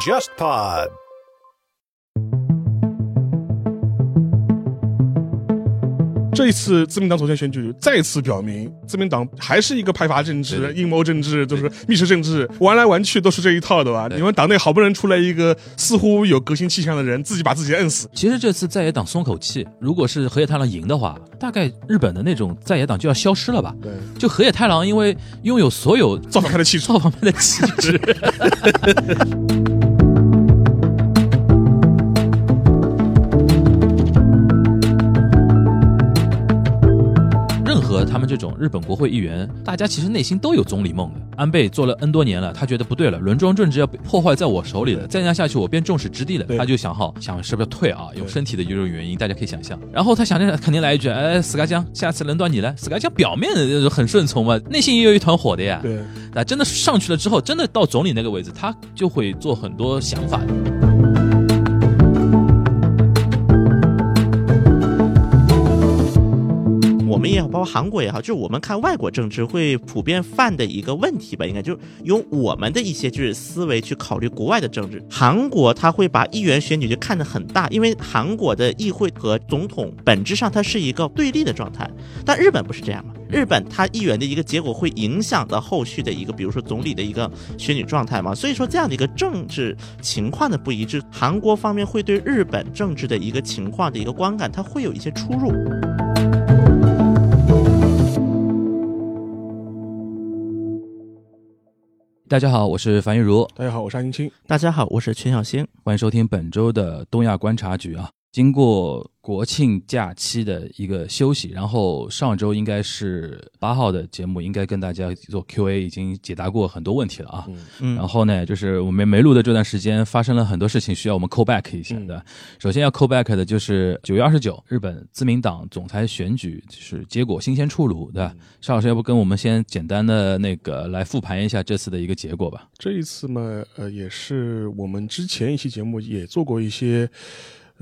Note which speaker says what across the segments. Speaker 1: JustPod。
Speaker 2: 这一次自民党总选选举再次表明，自民党还是一个派阀政治、阴谋政治，就是密室政治，玩来玩去都是这一套的吧？你们党内好不容易出来一个似乎有革新气象的人，自己把自己摁死。
Speaker 3: 其实这次在野党松口气，如果是河野太郎赢的话，大概日本的那种在野党就要消失了吧？
Speaker 2: 对，
Speaker 3: 就河野太郎，因为拥有所有
Speaker 2: 造反派的气质
Speaker 3: 造反派的气质。任何他们这种日本国会议员，大家其实内心都有总理梦的。安倍做了 N 多年了，他觉得不对了，轮庄政治要被破坏在我手里了，再这样下去我变众矢之的了。
Speaker 2: 对
Speaker 3: 他就想好想是不是要退啊？有身体的一种原因，大家可以想象。然后他想着肯定来一句，哎，死嘎江，下次轮到你了。死嘎江表面呃很顺从嘛，内心也有一团火的呀。
Speaker 2: 对，
Speaker 3: 那真的上去了之后，真的到总理那个位置，他就会做很多想法。
Speaker 4: 我们也好，包括韩国也好，就是我们看外国政治会普遍犯的一个问题吧，应该就是用我们的一些就是思维去考虑国外的政治。韩国他会把议员选举就看得很大，因为韩国的议会和总统本质上它是一个对立的状态，但日本不是这样嘛？日本它议员的一个结果会影响到后续的一个，比如说总理的一个选举状态嘛，所以说这样的一个政治情况的不一致，韩国方面会对日本政治的一个情况的一个观感，它会有一些出入。
Speaker 3: 大家好，我是樊玉茹，
Speaker 2: 大家好，我是安青青。
Speaker 4: 大家好，我是全小星。
Speaker 3: 欢迎收听本周的东亚观察局啊。经过国庆假期的一个休息，然后上周应该是八号的节目，应该跟大家做 Q&A，已经解答过很多问题了啊。
Speaker 4: 嗯
Speaker 3: 然后呢，就是我们没录的这段时间发生了很多事情，需要我们 call back 一下
Speaker 2: 嗯
Speaker 3: 的。首先要 call back 的就是九月二十九，日本自民党总裁选举就是结果新鲜出炉，对吧？邵老师，要不跟我们先简单的那个来复盘一下这次的一个结果吧？
Speaker 2: 这一次嘛，呃，也是我们之前一期节目也做过一些。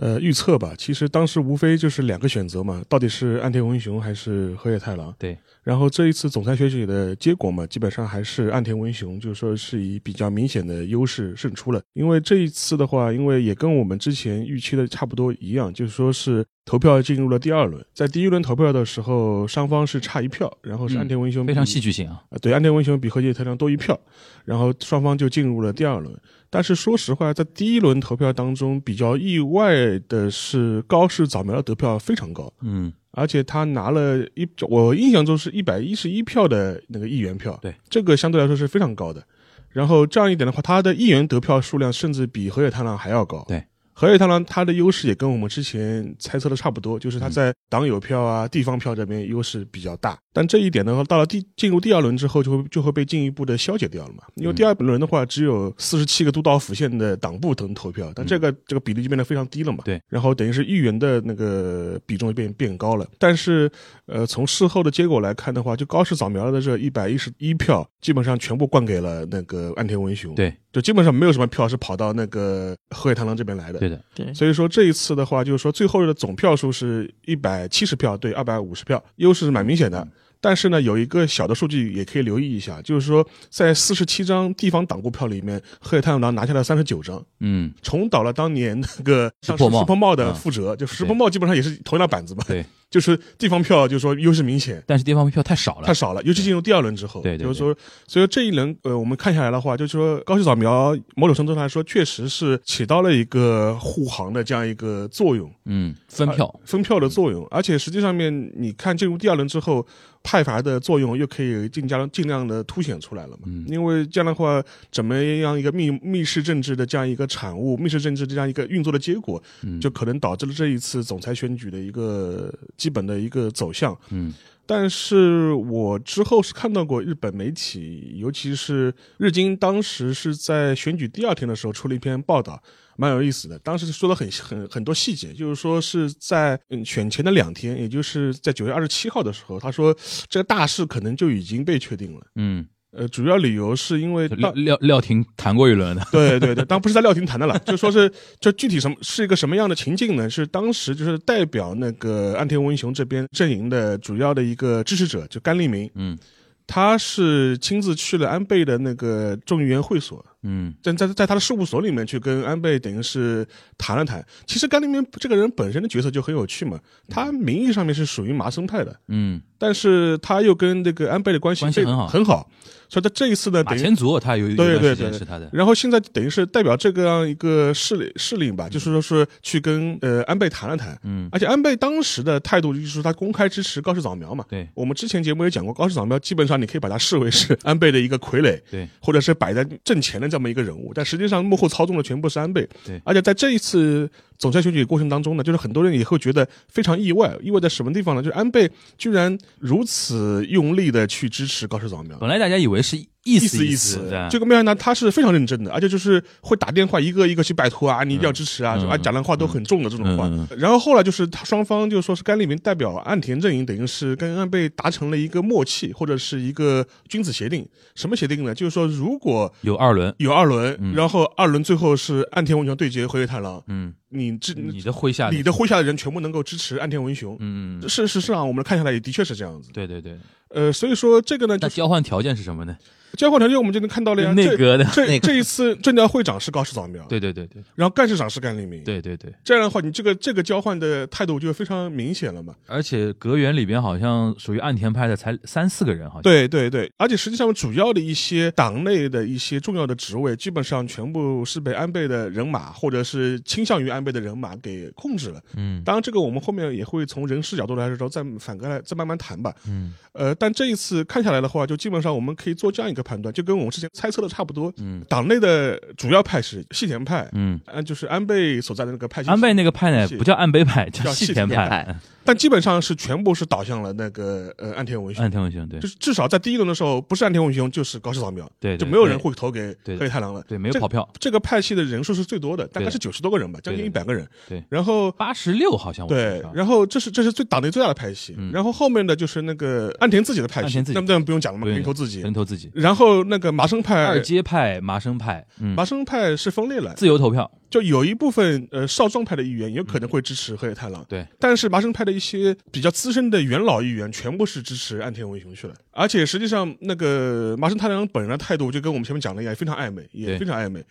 Speaker 2: 呃，预测吧，其实当时无非就是两个选择嘛，到底是岸田文雄还是河野太郎？
Speaker 3: 对，
Speaker 2: 然后这一次总裁选举的结果嘛，基本上还是岸田文雄，就是说是以比较明显的优势胜出了。因为这一次的话，因为也跟我们之前预期的差不多一样，就是说是投票进入了第二轮，在第一轮投票的时候，双方是差一票，然后是岸田文雄、
Speaker 3: 嗯非常戏剧性啊。
Speaker 2: 呃，对，安田文雄比河野太郎多一票，然后双方就进入了第二轮。但是说实话，在第一轮投票当中，比较意外的是高市早苗的得票非常高，
Speaker 3: 嗯，
Speaker 2: 而且他拿了一，我印象中是一百一十一票的那个议员票，
Speaker 3: 对，
Speaker 2: 这个相对来说是非常高的。然后这样一点的话，他的议员得票数量甚至比河野太郎还要高，
Speaker 3: 对。
Speaker 2: 河野太郎他的优势也跟我们之前猜测的差不多，就是
Speaker 3: 嗯
Speaker 2: 他在党友票啊、地方票这边优势比较大。但这一点的话，到了第进入第二轮之后，就会就会被进一步的消解掉了嘛。
Speaker 3: 嗯
Speaker 2: 因为第二轮的话，只有四十七个都道府县的党部能投票，但这个、这个比例就变得非常低了嘛。
Speaker 3: 嗯对，
Speaker 2: 然后等于是议员的那个比重就变变高了。但是，呃，从事后的结果来看的话，就高市早苗的这一百一十一票，基本上全部灌给了那个岸田文雄。
Speaker 3: 对，
Speaker 2: 就基本上没有什么票是跑到那个河野太郎这边来的。
Speaker 3: 对的，
Speaker 4: 对，
Speaker 2: 所以说这一次的话，就是说最后的总票数是一百七十票对二百五十票，优势是蛮明显
Speaker 3: 嗯
Speaker 2: 的。但是呢，有一个小的数据也可以留意一下，就是说在四十七张地方党部票里面，河野太郎拿下了三十九张，
Speaker 3: 嗯，
Speaker 2: 重蹈了当年那个
Speaker 3: 石
Speaker 2: 像
Speaker 3: 破茂嗯
Speaker 2: 石破茂的覆辙。就石破茂基本上也是同一张板子嘛，
Speaker 3: 对，
Speaker 2: 就是地方票就是说优势明显。
Speaker 3: 但是地方票太少了
Speaker 2: 太。少了，尤其进入第二轮之后，
Speaker 3: 对对对
Speaker 2: 就是说，所以这一轮，呃，我们看下来的话，就是说，高市早苗某种程度上来说，确实是起到了一个护航的这样一个作用。
Speaker 3: 嗯，分票。
Speaker 2: 分票的作用，而且实际上面你看进入第二轮之后，派阀的作用又可以尽量尽量的凸显出来了嘛。
Speaker 3: 嗯
Speaker 2: 因为这样的话，怎么样一个密密室政治的这样一个产物，密室政治的这样一个运作的结果，
Speaker 3: 嗯
Speaker 2: 就可能导致了这一次总裁选举的一个基本的一个走向。
Speaker 3: 嗯，
Speaker 2: 但是我之后是看到过日本媒体，尤其是日经，当时是在选举第二天的时候出了一篇报道，蛮有意思的。当时说了很很很多细节，就是说是在嗯选前的两天，也就是在九月二十七号的时候，他说这个大势可能就已经被确定了。
Speaker 3: 嗯，
Speaker 2: 呃，主要理由是因为
Speaker 3: 廖
Speaker 2: 当
Speaker 3: 廖廖婷谈过一轮的。
Speaker 2: 对对对，当然不是在廖婷谈的了，就说是就具体什么是一个什么样的情境呢？是当时就是代表那个岸田文雄这边阵营的主要的一个支持者，就甘利明，
Speaker 3: 嗯，
Speaker 2: 他是亲自去了安倍的那个众议员会所，
Speaker 3: 嗯
Speaker 2: 在在在他的事务所里面去跟安倍等于是谈了谈。其实甘利明这个人本身的角色就很有趣嘛，他名义上面是属于麻生派的，
Speaker 3: 嗯，
Speaker 2: 但是他又跟那个安倍的关系
Speaker 3: 关系
Speaker 2: 非
Speaker 3: 很好
Speaker 2: 很好，所以他这一次呢，
Speaker 3: 马
Speaker 2: 等于
Speaker 3: 前卒他有有一
Speaker 2: 对
Speaker 3: 段
Speaker 2: 对
Speaker 3: 时间
Speaker 2: 对
Speaker 3: 是他的，
Speaker 2: 然后现在等于是代表这个样一个势力势力吧，就是说是去跟呃安倍谈了谈，
Speaker 3: 嗯，
Speaker 2: 而且安倍当时的态度就是说他公开支持高市早苗嘛。
Speaker 3: 对
Speaker 2: 我们之前节目也讲过，高市早苗基本上你可以把他视为是安倍的一个傀儡，
Speaker 3: 对，
Speaker 2: 或者是摆在阵前的这么一个人物，但实际上幕后操纵的全部是安倍。
Speaker 3: 对
Speaker 2: 而且在这一次总裁选举过程当中呢，就是很多人也会觉得非常意外，意味在什么地方呢？就是安倍居然如此用力的去支持高市早苗。
Speaker 3: 本来大家以为是意
Speaker 2: 意
Speaker 3: 思
Speaker 2: 思意
Speaker 3: 思，啊对吧
Speaker 2: 这个没想到他是非常认真的，而且就是会打电话一个一个去拜托啊，你一定要支持啊，
Speaker 3: 嗯
Speaker 2: 啊讲的话都很重的这种话。
Speaker 3: 嗯嗯
Speaker 2: 然后后来就是他双方就说是甘利明代表岸田阵营，等于是跟安倍达成了一个默契或者是一个君子协定。什么协定呢？就是说如果
Speaker 3: 有二轮，
Speaker 2: 有二轮，
Speaker 3: 嗯
Speaker 2: 然后二轮最后是岸田文雄对决河野太郎，
Speaker 3: 嗯，
Speaker 2: 你支
Speaker 3: 你的麾下的
Speaker 2: 你的麾下的人全部能够支持岸田文雄。
Speaker 3: 嗯，嗯嗯
Speaker 2: 事实上，我们看下来也的确是这样子。
Speaker 3: 对对对，
Speaker 2: 呃，所以说这个呢，
Speaker 3: 那
Speaker 2: 就是
Speaker 3: 交换条件是什么呢？
Speaker 2: 交换条件我们就能看到了呀。这
Speaker 3: 内阁的，
Speaker 2: 这
Speaker 4: 那个
Speaker 2: 这一次政调会长是高市早苗，，
Speaker 3: 对对对对
Speaker 2: 然后干事长是甘利明，，
Speaker 3: 对对对，
Speaker 2: 这样的话，你这个这个交换的态度就非常明显了嘛。
Speaker 3: 而且阁员里边好像属于岸田派的才三四个人，好像
Speaker 2: 对对对，而且实际上主要的一些党内的一些重要的职位，基本上全部是被安倍的人马或者是倾向于安倍的人马给控制了。
Speaker 3: 嗯
Speaker 2: 当然，这个我们后面也会从人事角度来说，再反过来再慢慢谈吧。
Speaker 3: 嗯
Speaker 2: 呃，但这一次看下来的话，就基本上我们可以做这样一个判断，就跟我们之前猜测的差不多。
Speaker 3: 嗯
Speaker 2: 党内的主要派是细田派，
Speaker 3: 嗯，
Speaker 2: 嗯，就是安倍所在的那个派系。
Speaker 3: 安倍那个派呢
Speaker 2: 是
Speaker 3: 不叫安倍派，叫
Speaker 2: 叫
Speaker 3: 细
Speaker 2: 细
Speaker 3: 田
Speaker 4: 田
Speaker 3: 派
Speaker 4: 派，
Speaker 3: 嗯
Speaker 2: 但基本上是全部是倒向了那个呃岸田文雄，
Speaker 3: 岸田文雄对
Speaker 2: 就是至少在第一轮的时候，不是岸田文雄就是高市早苗，
Speaker 3: 对，
Speaker 2: 就
Speaker 3: 对
Speaker 2: 没有
Speaker 3: 对
Speaker 2: 人会投给
Speaker 3: 对
Speaker 2: 河野太郎了。
Speaker 3: 对没有
Speaker 2: 这
Speaker 3: 跑票，
Speaker 2: 这个派系的人数是最多的，大概
Speaker 3: 对
Speaker 2: 是九十多个人吧，将近
Speaker 3: 对
Speaker 2: 一百个人。
Speaker 3: 对
Speaker 2: 然后。
Speaker 3: 八十六好像我
Speaker 2: 对
Speaker 3: 查，到
Speaker 2: 然后这是这是最党内最大的派系，
Speaker 3: 嗯
Speaker 2: 然后后面的就是那个岸田自己的派
Speaker 3: 岸
Speaker 2: 系
Speaker 3: 田自，己
Speaker 2: 那那不用讲了嘛，
Speaker 3: 不用
Speaker 2: 可以投自己
Speaker 3: 人。投自己，
Speaker 2: 然后那个麻生派
Speaker 3: 二，阶派、麻生派、嗯
Speaker 2: 麻生派是分裂了，
Speaker 3: 自由投票，
Speaker 2: 就有一部分呃少壮派的议员有可能会支持河野太郎，
Speaker 3: 嗯对，
Speaker 2: 但是麻生派的一些比较资深的元老议员全部是支持岸田文雄去了，而且实际上那个麻生太郎本人的态度就跟我们前面讲的一样，非常暧昧，
Speaker 3: 对
Speaker 2: 也非常暧昧。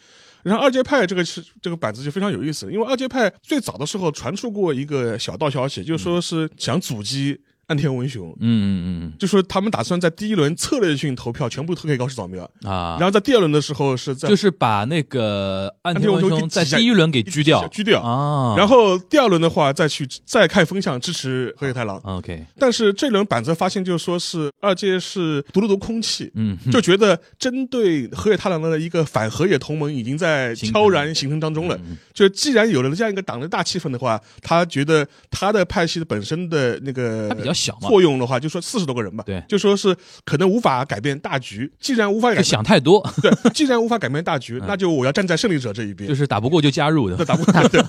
Speaker 2: 然后二阶派这个是这个板子就非常有意思，因为二阶派最早的时候传出过一个小道消息，就说是想阻击岸田文雄。
Speaker 3: 嗯嗯
Speaker 2: 就说他们打算在第一轮策略性投票全部投给高市早苗，
Speaker 3: 嗯啊
Speaker 2: 然。后在第二轮的时候是在
Speaker 3: 就是把那个岸田
Speaker 2: 田文
Speaker 3: 文
Speaker 2: 雄
Speaker 3: 雄
Speaker 2: 给
Speaker 3: 在
Speaker 2: 挤下
Speaker 3: 第一轮给狙掉，
Speaker 2: 狙掉
Speaker 3: 啊。
Speaker 2: 然后第二轮的话，再去再看风向支持河野太郎。
Speaker 3: OK，
Speaker 2: 但是这轮板则发现，就是说是二阶是读了读空气，
Speaker 3: 嗯，
Speaker 2: 就觉得针对河野太郎的一个反河野同盟已经在
Speaker 3: 形成嗯
Speaker 2: 悄然形成当中了。就既然有了这样一个党的大气氛的话，他觉得他的派系的本身的那个
Speaker 3: 它比较小嘛，
Speaker 2: 作用的话，就说四十多个人吧，
Speaker 3: 对
Speaker 2: 就说是可能无法改变大局。既然无法改
Speaker 3: 就
Speaker 2: 变，
Speaker 3: 想 太多，
Speaker 2: 对，既然无法改变大
Speaker 3: 嗯
Speaker 2: 局，那就我要站在胜利者这一边
Speaker 3: 就。是打不过就加入的
Speaker 2: 那。打 不打对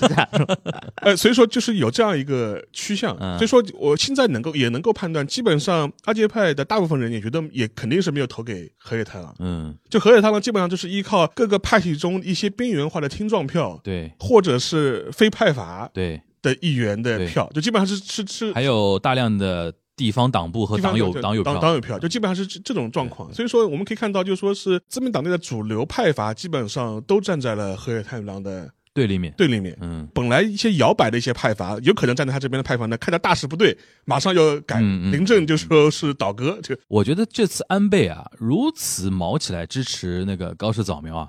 Speaker 2: 呃，所以说就是有这样一个趋向，
Speaker 3: 嗯
Speaker 2: 所以说我现在能够也能够判断，基本上阿杰派的大部分人也觉得也肯定是没有投给河野太郎，
Speaker 3: 嗯，
Speaker 2: 就河野太郎基本上就是依靠各个派系中一些边缘化的听状票。
Speaker 3: 对
Speaker 2: 或者是非派阀
Speaker 3: 对，
Speaker 2: 的议员的
Speaker 3: 对
Speaker 2: 票，就基本上是是是
Speaker 3: 还有大量的地方党部和
Speaker 2: 地方
Speaker 3: 党友
Speaker 2: 对
Speaker 3: 党友
Speaker 2: 党
Speaker 3: 票，嗯
Speaker 2: 友票，就基本上是这这种状况。所以说，我们可以看到，就是说是自民党内的主流派阀基本上都站在了河野太郎的
Speaker 3: 对立面，
Speaker 2: 对立面。
Speaker 3: 嗯
Speaker 2: 本来一些摇摆的一些派阀，有可能站在他这边的派阀呢，看到大势不对，马上要改
Speaker 3: 嗯嗯
Speaker 2: 临阵，就说是倒戈，就
Speaker 3: 我觉得这次安倍啊如此毛起来支持那个高市早苗啊，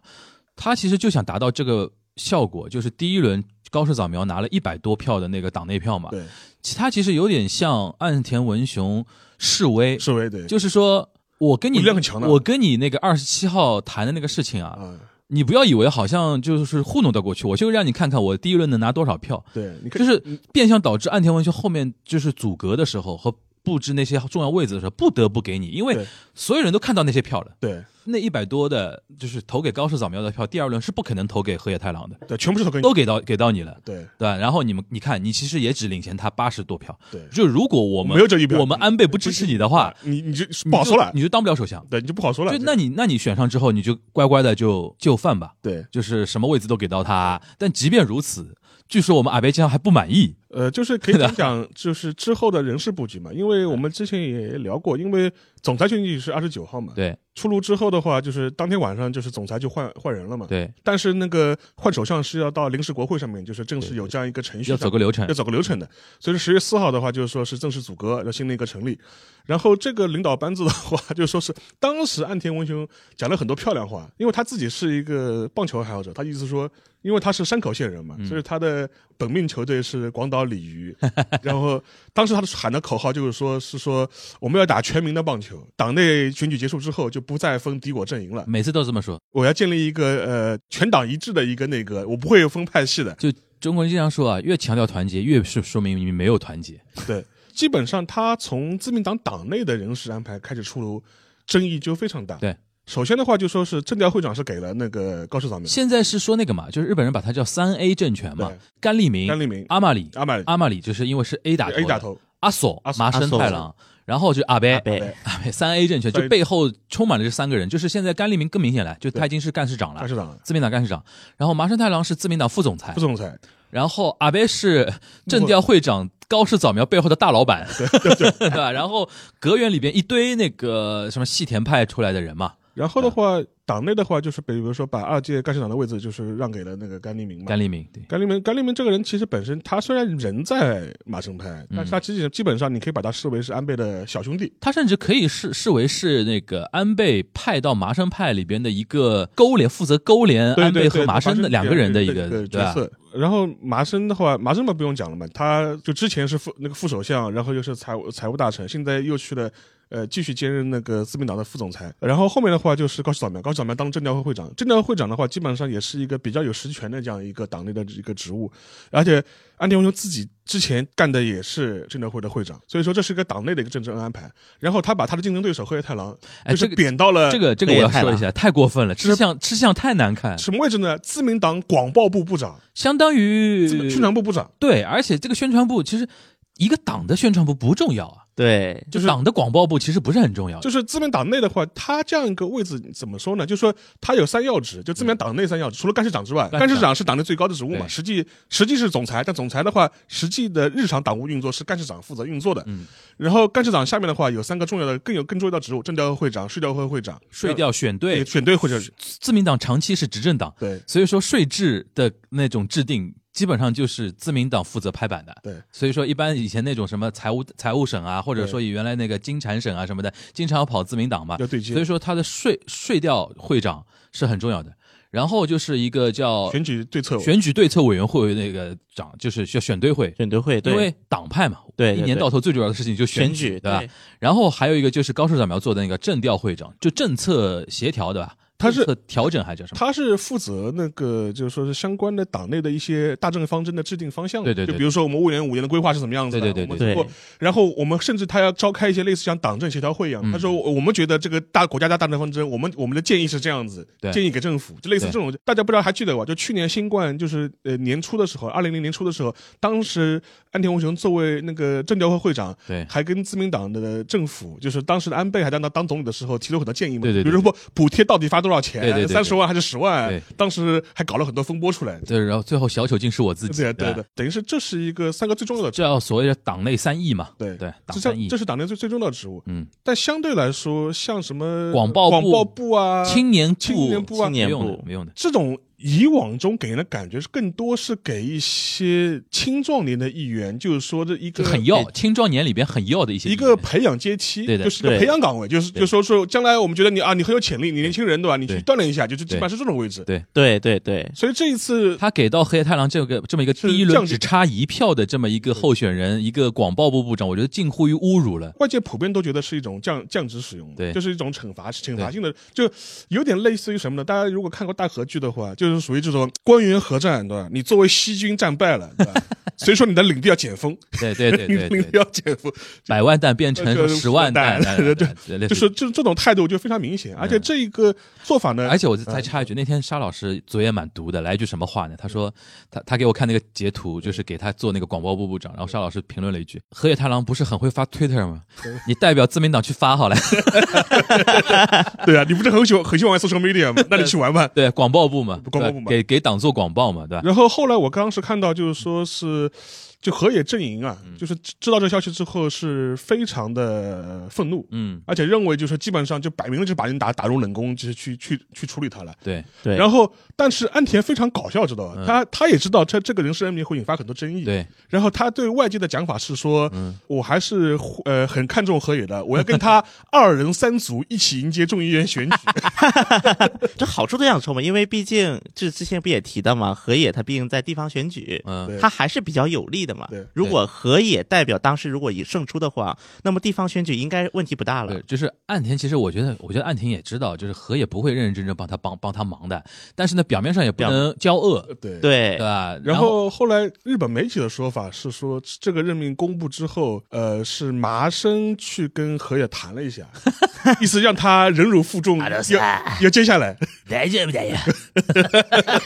Speaker 3: 他其实就想达到这个效果，就是第一轮高市早苗拿了一百多票的那个党内票嘛，
Speaker 2: 对
Speaker 3: 其他其实有点像岸田文雄示威，
Speaker 2: 示威对，
Speaker 3: 就是说我跟你
Speaker 2: 力量很强的
Speaker 3: 我跟你那个二十七号谈的那个事情啊，
Speaker 2: 啊
Speaker 3: 你不要以为好像就是糊弄得过去，我就让你看看我第一轮能拿多少票，
Speaker 2: 对，你看
Speaker 3: 就是变相导致岸田文雄后面就是阻隔的时候和布置那些重要位置的时候不得不给你，因为
Speaker 2: 对
Speaker 3: 所有人都看到那些票了。
Speaker 2: 对
Speaker 3: 那一百多的，就是投给高市早苗的票，第二轮是不可能投给河野太郎的，
Speaker 2: 对，全部是投给你，
Speaker 3: 都给到给到你了，
Speaker 2: 对
Speaker 3: 对吧？然后你们你看，你其实也只领先他八十多票，
Speaker 2: 对，
Speaker 3: 就如果我们
Speaker 2: 没有这一票
Speaker 3: 我们安倍不支持你的话，
Speaker 2: 你你就
Speaker 3: 你
Speaker 2: 不好
Speaker 3: 就
Speaker 2: 说了，
Speaker 3: 你就当不了首相。
Speaker 2: 对，你就不好说了
Speaker 3: 就，那你那你选上之后，你就乖乖的就就范吧，
Speaker 2: 对
Speaker 3: 就是什么位置都给到他。但即便如此，据说我们阿贝酱还不满意，
Speaker 2: 呃，就是可以讲 讲，
Speaker 3: 啊
Speaker 2: 就是之后的人事布局嘛，因为我们之前也聊过，因为总裁选举是二十九号嘛，
Speaker 3: 对
Speaker 2: 出炉之后的话，就是当天晚上就是总裁就换换人了嘛，
Speaker 3: 对，
Speaker 2: 但是那个换首相是要到临时国会上面，就是正式有这样一个程序
Speaker 3: 要
Speaker 2: 上，
Speaker 3: 走个流程
Speaker 2: 要，走个流程的。所以说十月四号的话，就是说是正式组阁，要新的一个成立。然后这个领导班子的话，就说是当时岸田文雄讲了很多漂亮话，因为他自己是一个棒球爱好者，他意思说，因为他是山口县人嘛，所以他的本命球队是广岛鲤鱼。 然后当时他喊的口号就是说，是说我们要打全民的棒球，党内选举结束之后就不再分敌我阵营了，
Speaker 3: 每次都这么说。
Speaker 2: 我要建立一个呃全党一致的一个那个，我不会分派系的。
Speaker 3: 就中国人经常说啊，越强调团结，越是说明你没有团结。
Speaker 2: 对，基本上他从自民党党内的人事安排开始出炉，争议就非常大。
Speaker 3: 对，
Speaker 2: 首先的话就说是政调会长是给了那个高市早苗、
Speaker 3: 现在是说那个嘛，就是日本人把它叫三 A 政权嘛
Speaker 2: 对，
Speaker 3: 甘利明、
Speaker 2: 甘利明、
Speaker 3: 阿玛里、
Speaker 2: 阿满
Speaker 3: 阿玛里就是因为是 A 打头的
Speaker 2: A 打头，
Speaker 3: 阿索
Speaker 2: 阿、索
Speaker 3: 麻生太郎，然后就阿
Speaker 4: 阿
Speaker 3: 贝、
Speaker 4: 贝，
Speaker 3: 阿贝三 A 政权，
Speaker 2: 对
Speaker 3: 就背后充满了这三个人。就是现在甘利明更明显了，就他已经是干事长
Speaker 2: 干
Speaker 3: 了，
Speaker 2: 事长、
Speaker 3: 自民党干事长。然后麻生太郎是自民党副总裁
Speaker 2: 副，总裁，
Speaker 3: 然后阿贝是政调会长高市早苗背后的大老 板，对吧？然后阁员里边一堆那个什么细田派出来的人嘛，
Speaker 2: 然后的话，党内的话就是比如说把二届干事长的位置就是让给了那个甘利明嘛。
Speaker 3: 甘利明对。
Speaker 2: 甘利明，甘利明这个人其实本身他虽然人在马生派，但
Speaker 3: 嗯
Speaker 2: 是他其实基本上你可以把他视为是安倍的小兄弟。
Speaker 3: 他甚至可以视视为是那个安倍派到麻生派里边的一个勾连，负责勾连
Speaker 2: 对
Speaker 3: 安
Speaker 2: 对
Speaker 3: 倍和
Speaker 2: 对
Speaker 3: 麻生的两个人的一
Speaker 2: 对对
Speaker 3: 个
Speaker 2: 对角
Speaker 3: 吧？
Speaker 2: 色。然后麻生的话，麻生嘛不用讲了嘛，他就之前是副那个副首相，然后又是财务财务大臣，现在又去了。呃，继续兼任那个自民党的副总裁，然后后面的话就是高市早苗，高市早苗当政调会会长，政调会长的话，基本上也是一个比较有实权的这样一个党内的一个职务，而且安田文雄自己之前干的也是政调会的会长，所以说这是一个党内的一个政治安排，然后他把他的竞争对手黑太狼，
Speaker 3: 哎，
Speaker 2: 就
Speaker 3: 这
Speaker 2: 是
Speaker 3: 个
Speaker 2: 贬到了
Speaker 3: 这个这个我要说一下，太过分了，吃相吃相太难看，
Speaker 2: 什么位置呢？自民党广报部部长、
Speaker 3: 相当
Speaker 2: 自民
Speaker 3: 于
Speaker 2: 宣传部部长。
Speaker 3: 对，而且这个宣传部其实一个党的宣传部不重要啊，
Speaker 4: 对，
Speaker 3: 就党的广报部其实不是很重要，
Speaker 2: 就是自民党内的话，他这样一个位置怎么说呢？就是说他有三要职，就自民党内三要职，除了干事长之外，
Speaker 3: 嗯干
Speaker 2: 干
Speaker 3: 事长
Speaker 2: 事长是党内最高的职务嘛，
Speaker 3: 对
Speaker 2: 实际实际是总裁，但总裁的话，实际的日常党务运作是干事长负责运作的。
Speaker 3: 嗯
Speaker 2: 然后干事长下面的话有三个重要的，更有更重要的职务：政调会会长、税调会会长、
Speaker 3: 税调选
Speaker 2: 对
Speaker 3: 对，
Speaker 2: 选对会者
Speaker 3: 自民党长期是执政党，
Speaker 2: 对。
Speaker 3: 所以说税制的那种制定，基本上就是自民党负责拍板的。
Speaker 2: 对，
Speaker 3: 所以说一般以前那种什么财务财务省啊，或者说原来那个金产省啊什么的，经常要跑自民党嘛
Speaker 2: 要，对
Speaker 3: 所以
Speaker 2: 接
Speaker 3: 说他的税税调会长是很重要的。然后就是一个叫
Speaker 2: 选举对策委，
Speaker 3: 选举对策委员会那个长，就是叫选对会。
Speaker 4: 选对会，
Speaker 3: 因
Speaker 4: 对
Speaker 3: 为党派嘛，
Speaker 4: 对对
Speaker 3: 一年到头最主要的事情就是
Speaker 4: 选
Speaker 3: 举，
Speaker 4: 举，
Speaker 3: 对吧？然后还有一个就是高市长要做的那个政调会长，就政策协调的吧？
Speaker 2: 他是
Speaker 3: 政策调整还是叫什么？
Speaker 2: 他是负责那个，就是说是相关的党内的一些大政方针的制定方向的。
Speaker 3: 对对对
Speaker 2: 就比如说我们未来五年的规划是什么样子的，
Speaker 3: 对对对
Speaker 2: 我们
Speaker 4: 对
Speaker 2: 通过然后我们甚至他要召开一些类似像党政协调会一样，
Speaker 3: 嗯
Speaker 2: 他说我我们觉得这个大国家大大政方针，我们我们的建议是这样子
Speaker 3: 对，
Speaker 2: 建议给政府，就类似这种。大家不知道还记得吧？就去年新冠就是呃年初的时候，
Speaker 3: 嗯
Speaker 2: 二零零年初的时候，当时安田文雄作为那个政调会会长，
Speaker 3: 对
Speaker 2: 还跟自民党的政府，就是当时的安倍还在那当总理的时候提出很多建议嘛，
Speaker 3: 对对对
Speaker 2: 比如说补贴到底发多少钱，
Speaker 3: 对对对对
Speaker 2: 三十万还是十万
Speaker 3: 对，
Speaker 2: 当时还搞了很多风波出来。
Speaker 3: 对，然后最后小丑竟是我自己，
Speaker 2: 对对
Speaker 3: 吧
Speaker 2: 对，等于是这是一个三个最重要的职务
Speaker 3: 叫所谓的党内三翼嘛，
Speaker 2: 对
Speaker 3: 对，党
Speaker 2: 这
Speaker 3: 三
Speaker 2: 像
Speaker 3: 翼
Speaker 2: 这，是党内最最重要的职务，
Speaker 3: 嗯，
Speaker 2: 但相对来说，像什么
Speaker 3: 广报部
Speaker 2: 广报部啊、
Speaker 3: 青年部，
Speaker 2: 青年部啊
Speaker 4: 青年
Speaker 3: 没用
Speaker 4: 部
Speaker 3: 的，没用的，
Speaker 2: 这种以往中给人的感觉是更多是给一些青壮年的议员，就是说这一个
Speaker 3: 就很要青壮年里边很要的一些
Speaker 2: 一
Speaker 3: 意
Speaker 2: 个
Speaker 3: 见
Speaker 2: 培养阶梯，
Speaker 3: 对的
Speaker 2: 就是一个
Speaker 4: 对
Speaker 2: 培养岗位，就是
Speaker 3: 对
Speaker 2: 就说说将来我们觉得你啊，你很有潜力，你年轻人对吧？你去
Speaker 3: 对
Speaker 2: 锻炼一下，就是基
Speaker 3: 对
Speaker 2: 本上是这种位置。
Speaker 3: 对
Speaker 4: 对对对
Speaker 2: 所以这一次
Speaker 3: 他给到黑太狼这个这么一个
Speaker 2: 是
Speaker 3: 第一
Speaker 2: 降
Speaker 3: 轮
Speaker 2: 级
Speaker 3: 只差一票的这么一个候选人，一个广报部部长，我觉得近乎于侮辱了。
Speaker 2: 外界普遍都觉得是一种降降职使用，
Speaker 3: 对
Speaker 2: 就是一种惩罚，惩罚
Speaker 3: 对
Speaker 2: 性的，就有点类似于什么呢？大家如果看过大河剧的话，就是属于这种官员合战，对吧？你作为西军战败了，对吧？ 所以说你的领地要减封，
Speaker 3: 对对对
Speaker 2: 你
Speaker 3: 对
Speaker 2: 的领
Speaker 3: 对
Speaker 2: 地，要减封，
Speaker 3: 百万弹变成
Speaker 2: 就是
Speaker 3: 十万弹，
Speaker 2: 复旦
Speaker 3: 对对嗯对，
Speaker 2: 就是就是这种态度就非常明显，而且这一个做法呢
Speaker 3: 而，且我再插一句，那天沙老师嘴也蛮毒的，来一句什么话呢？他说他他给我看那个截图，就是给他做那个广播部部长，然后沙老师评论了一句：“河野太郎不是很会发 Twitter 吗？你代表自民党去发好了。
Speaker 2: 对啊，你不是很喜欢很喜欢玩 social media 吗？那你去玩玩”。
Speaker 3: 对，广报部嘛，
Speaker 2: 广报部嘛
Speaker 3: 对吧给给党做广报嘛，对吧？
Speaker 2: 然后后来我刚刚是看到，就是说是就河野正营
Speaker 3: 嗯
Speaker 2: 啊，就是知知道这消息之后是非常的愤怒，
Speaker 3: 嗯，
Speaker 2: 而且认为就是基本上就摆明了就把人打打入冷宫，就是去去去处理他了。
Speaker 3: 对，
Speaker 4: 对
Speaker 2: 然后，但是安田非常搞笑，知道吧？
Speaker 3: 嗯
Speaker 2: 他他也知道这这个人事任命会引发很多争议，
Speaker 3: 对，
Speaker 2: 然后他对外界的讲法是说，
Speaker 3: 嗯
Speaker 2: 我还是呃很看重河野的，我要跟 他二人三足一起迎接众议院选举。
Speaker 4: 这好处都想说嘛，因为毕竟这之前不也提到嘛，河野他毕竟在地方选举，
Speaker 3: 嗯，
Speaker 2: 对
Speaker 4: 他还是比较有利的嘛
Speaker 2: 对。
Speaker 4: 如果河野代表当时如果以胜出的话，那么地方选举应该问题不大了
Speaker 3: 对，。就是岸田，其实我觉得，我觉得岸田也知道，就是河也不会认认真真帮他帮帮他忙的，但是呢，表面上也不
Speaker 4: 表
Speaker 3: 能骄恶，
Speaker 2: 对。
Speaker 4: 对
Speaker 3: 对吧？
Speaker 2: 然
Speaker 3: 后，
Speaker 2: 后后来日本媒体的说法是说，这个任命公布之后，呃，是麻生去跟河野谈了一 下，意思让他忍辱负重，要要接下来。
Speaker 3: 大丈夫だよ。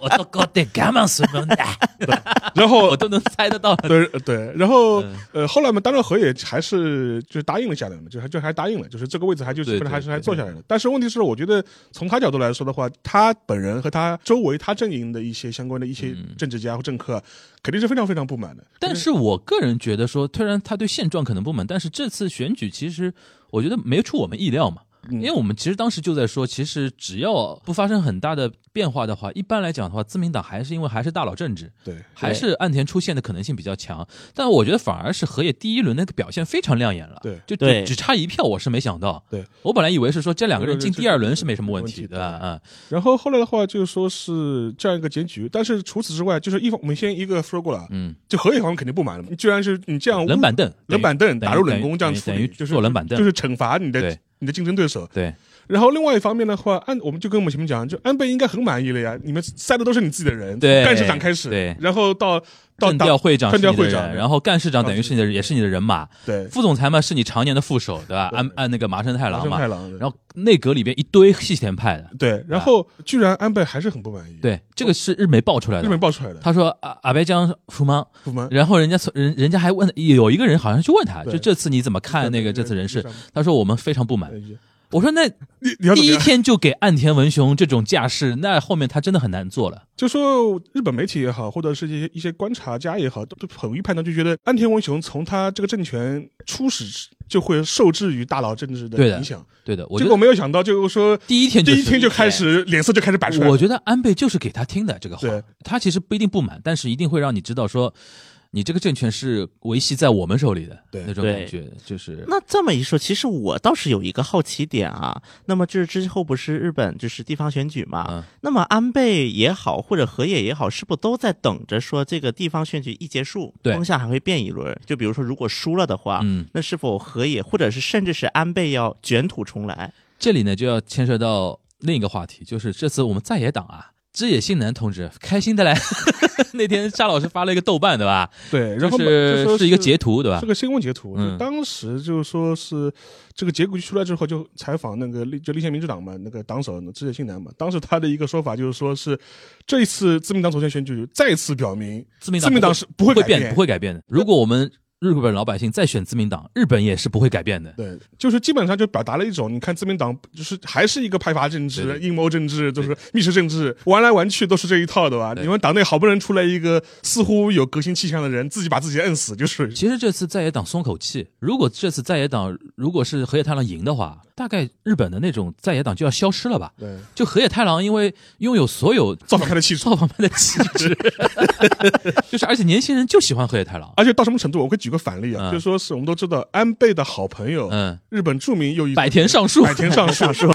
Speaker 3: 我都搞得干嘛什么的，
Speaker 2: 然后
Speaker 3: 我都能猜得到。
Speaker 2: 对对，然后、
Speaker 3: 嗯
Speaker 2: 呃，后来嘛，当然河野还是就答应了下来嘛，就还就还答应了，就是这个位置还就
Speaker 3: 对
Speaker 2: 是还是
Speaker 3: 对
Speaker 2: 还坐下来了。但是问题是，我觉得从他角度来说的话，他本人和他周围他阵营的一些相关的一些政治家或政客啊，肯定是非常非常不满的。
Speaker 3: 嗯但是我个人觉得说，虽然他对现状可能不满，但是这次选举其实我觉得没出我们意料嘛。
Speaker 2: 嗯
Speaker 3: 因为我们其实当时就在说，其实只要不发生很大的变化的话，一般来讲的话，自民党还是因为还是大佬政治，
Speaker 2: 对，
Speaker 3: 还是岸田出现的可能性比较强。但我觉得反而是河野第一轮那个表现非常亮眼了，
Speaker 2: 对
Speaker 3: 就只
Speaker 4: 对
Speaker 3: 只差一票，我是没想到。
Speaker 2: 对
Speaker 3: 我本来以为是说这两个人进第二轮是没什么问
Speaker 2: 没
Speaker 3: 题
Speaker 2: 问题
Speaker 3: 的啊，
Speaker 2: 然后后来的话就是说是这样一个结局，但是除此之外，就是一方我们先一个说过了啊，
Speaker 3: 嗯，
Speaker 2: 就河野方面肯定不满了，居然是你这样
Speaker 3: 嗯冷板凳，
Speaker 2: 冷板凳
Speaker 3: 等
Speaker 2: 打
Speaker 3: 于
Speaker 2: 入冷宫这样
Speaker 3: 等于
Speaker 2: 处
Speaker 3: 等于
Speaker 2: 理，就是
Speaker 3: 坐冷板凳
Speaker 2: 就是惩罚你的
Speaker 3: 对
Speaker 2: 你的竞争对手。
Speaker 3: 对
Speaker 2: 然后另外一方面的话，安我们就跟我们前面讲，就安倍应该很满意了呀，你们塞的都是你自己的人，
Speaker 3: 对
Speaker 2: 干事长开始，
Speaker 3: 对
Speaker 2: 然后到到
Speaker 3: 正调
Speaker 2: 党
Speaker 3: 会长是
Speaker 2: 正
Speaker 3: 你
Speaker 2: 调
Speaker 3: 的
Speaker 2: 会
Speaker 3: 人
Speaker 2: 长
Speaker 3: 然后干事长等于是你的，也是你的人马，
Speaker 2: 对
Speaker 3: 副总裁嘛是你常年的副手，对吧？
Speaker 2: 对
Speaker 3: 按按那个麻生太
Speaker 2: 麻
Speaker 3: 郎
Speaker 2: 生
Speaker 3: 嘛
Speaker 2: 太，郎，
Speaker 3: 然后内阁里边一堆细田派的，
Speaker 2: 对，然后居然安倍还是很不满意，，
Speaker 3: 对，这个是日媒爆出来
Speaker 2: 日本
Speaker 3: 的。
Speaker 2: 爆出来的，
Speaker 3: 他说啊，阿白江福吗？
Speaker 2: 不满，
Speaker 3: 然后人家从人人家还问，有一个人好像去问他，
Speaker 2: 对
Speaker 3: 就这次你怎么看那个这次人事？他说我们非常不满。
Speaker 2: 你
Speaker 3: 我说那
Speaker 2: 你要怎
Speaker 3: 第
Speaker 2: 么
Speaker 3: 一
Speaker 2: 样？
Speaker 3: 天就给岸田文雄这种架势，那后面他真的很难做了。
Speaker 2: 就说日本媒体也好，或者是一些一些观察家也好，都都很容易判断，就觉得安田文雄从他这个政权初始就会受制于大佬政治
Speaker 3: 对
Speaker 2: 的
Speaker 3: 的
Speaker 2: 影响，
Speaker 3: 对的，我
Speaker 2: 结
Speaker 3: 觉
Speaker 2: 果
Speaker 3: 得
Speaker 2: 没有想到，就是说
Speaker 3: 第一天
Speaker 2: 第
Speaker 3: 就
Speaker 2: 一天
Speaker 3: 是。
Speaker 2: 就开始脸色就开始摆出来了，
Speaker 3: 我觉得安倍就是给他听的这个话
Speaker 2: 对，
Speaker 3: 他其实不一定不满，但是一定会让你知道说，你这个政权是维系在我们手里的
Speaker 2: 对
Speaker 3: 那种
Speaker 4: 对
Speaker 3: 感觉，就是
Speaker 4: 那这么一说，其实我倒是有一个好奇点啊。那么就是之后不是日本就是地方选举嘛？
Speaker 3: 嗯
Speaker 4: 那么安倍也好，或者河野也好，是不是都在等着说这个地方选举一结束，
Speaker 3: 对
Speaker 4: 风向还会变一轮？就比如说，如果输了的话，
Speaker 3: 嗯
Speaker 4: 那是否河野或者是甚至是安倍要卷土重来？
Speaker 3: 这里呢就要牵涉到另一个话题，就是这次我们在野党啊，枝野信男同志开心的来， 那天沙老师发了一个豆瓣对吧？
Speaker 2: 对，然后嘛
Speaker 3: 就
Speaker 2: 就说
Speaker 3: 是
Speaker 2: 是
Speaker 3: 是一个截图对吧
Speaker 2: 是？个新闻截图，就
Speaker 3: 嗯
Speaker 2: 当时就是说是这个结果出来之后，就采访那个立就立宪民主党嘛，那个党首枝野信男嘛，当时他的一个说法就是说是这一次自民党总选选举再次表明，
Speaker 3: 自民党
Speaker 2: 自民党是不
Speaker 3: 不
Speaker 2: 会
Speaker 3: 会
Speaker 2: 改
Speaker 3: 变，不会改变的。如果我们日本老百姓再选自民党，日本也是不会改变的。
Speaker 2: 对，就是基本上就表达了一种，你看自民党就是还是一个派阀政
Speaker 3: 对
Speaker 2: 治、
Speaker 3: 对
Speaker 2: 阴谋政治，就是密室政治，玩来玩去都是这一套，对吧？
Speaker 3: 对
Speaker 2: 你们党内好不容易出来一个似乎有革新气象的人，自己把自己摁死，就是
Speaker 3: 其实这次在野党松口气，如果这次在野党如果是河野太郎赢的话，大概日本的那种在野党就要消失了吧？
Speaker 2: 对，
Speaker 3: 就河野太郎因为拥有所有
Speaker 2: 造反派的气质。
Speaker 3: 造反派的气质， 就是而且年轻人就喜欢河野太郎，
Speaker 2: 而且到什么程度？我可以举个反例啊，
Speaker 3: 嗯
Speaker 2: 就是说是我们都知道安倍的好朋友，
Speaker 3: 嗯，
Speaker 2: 日本著名右翼
Speaker 3: 百田上树，
Speaker 2: 百田尚树，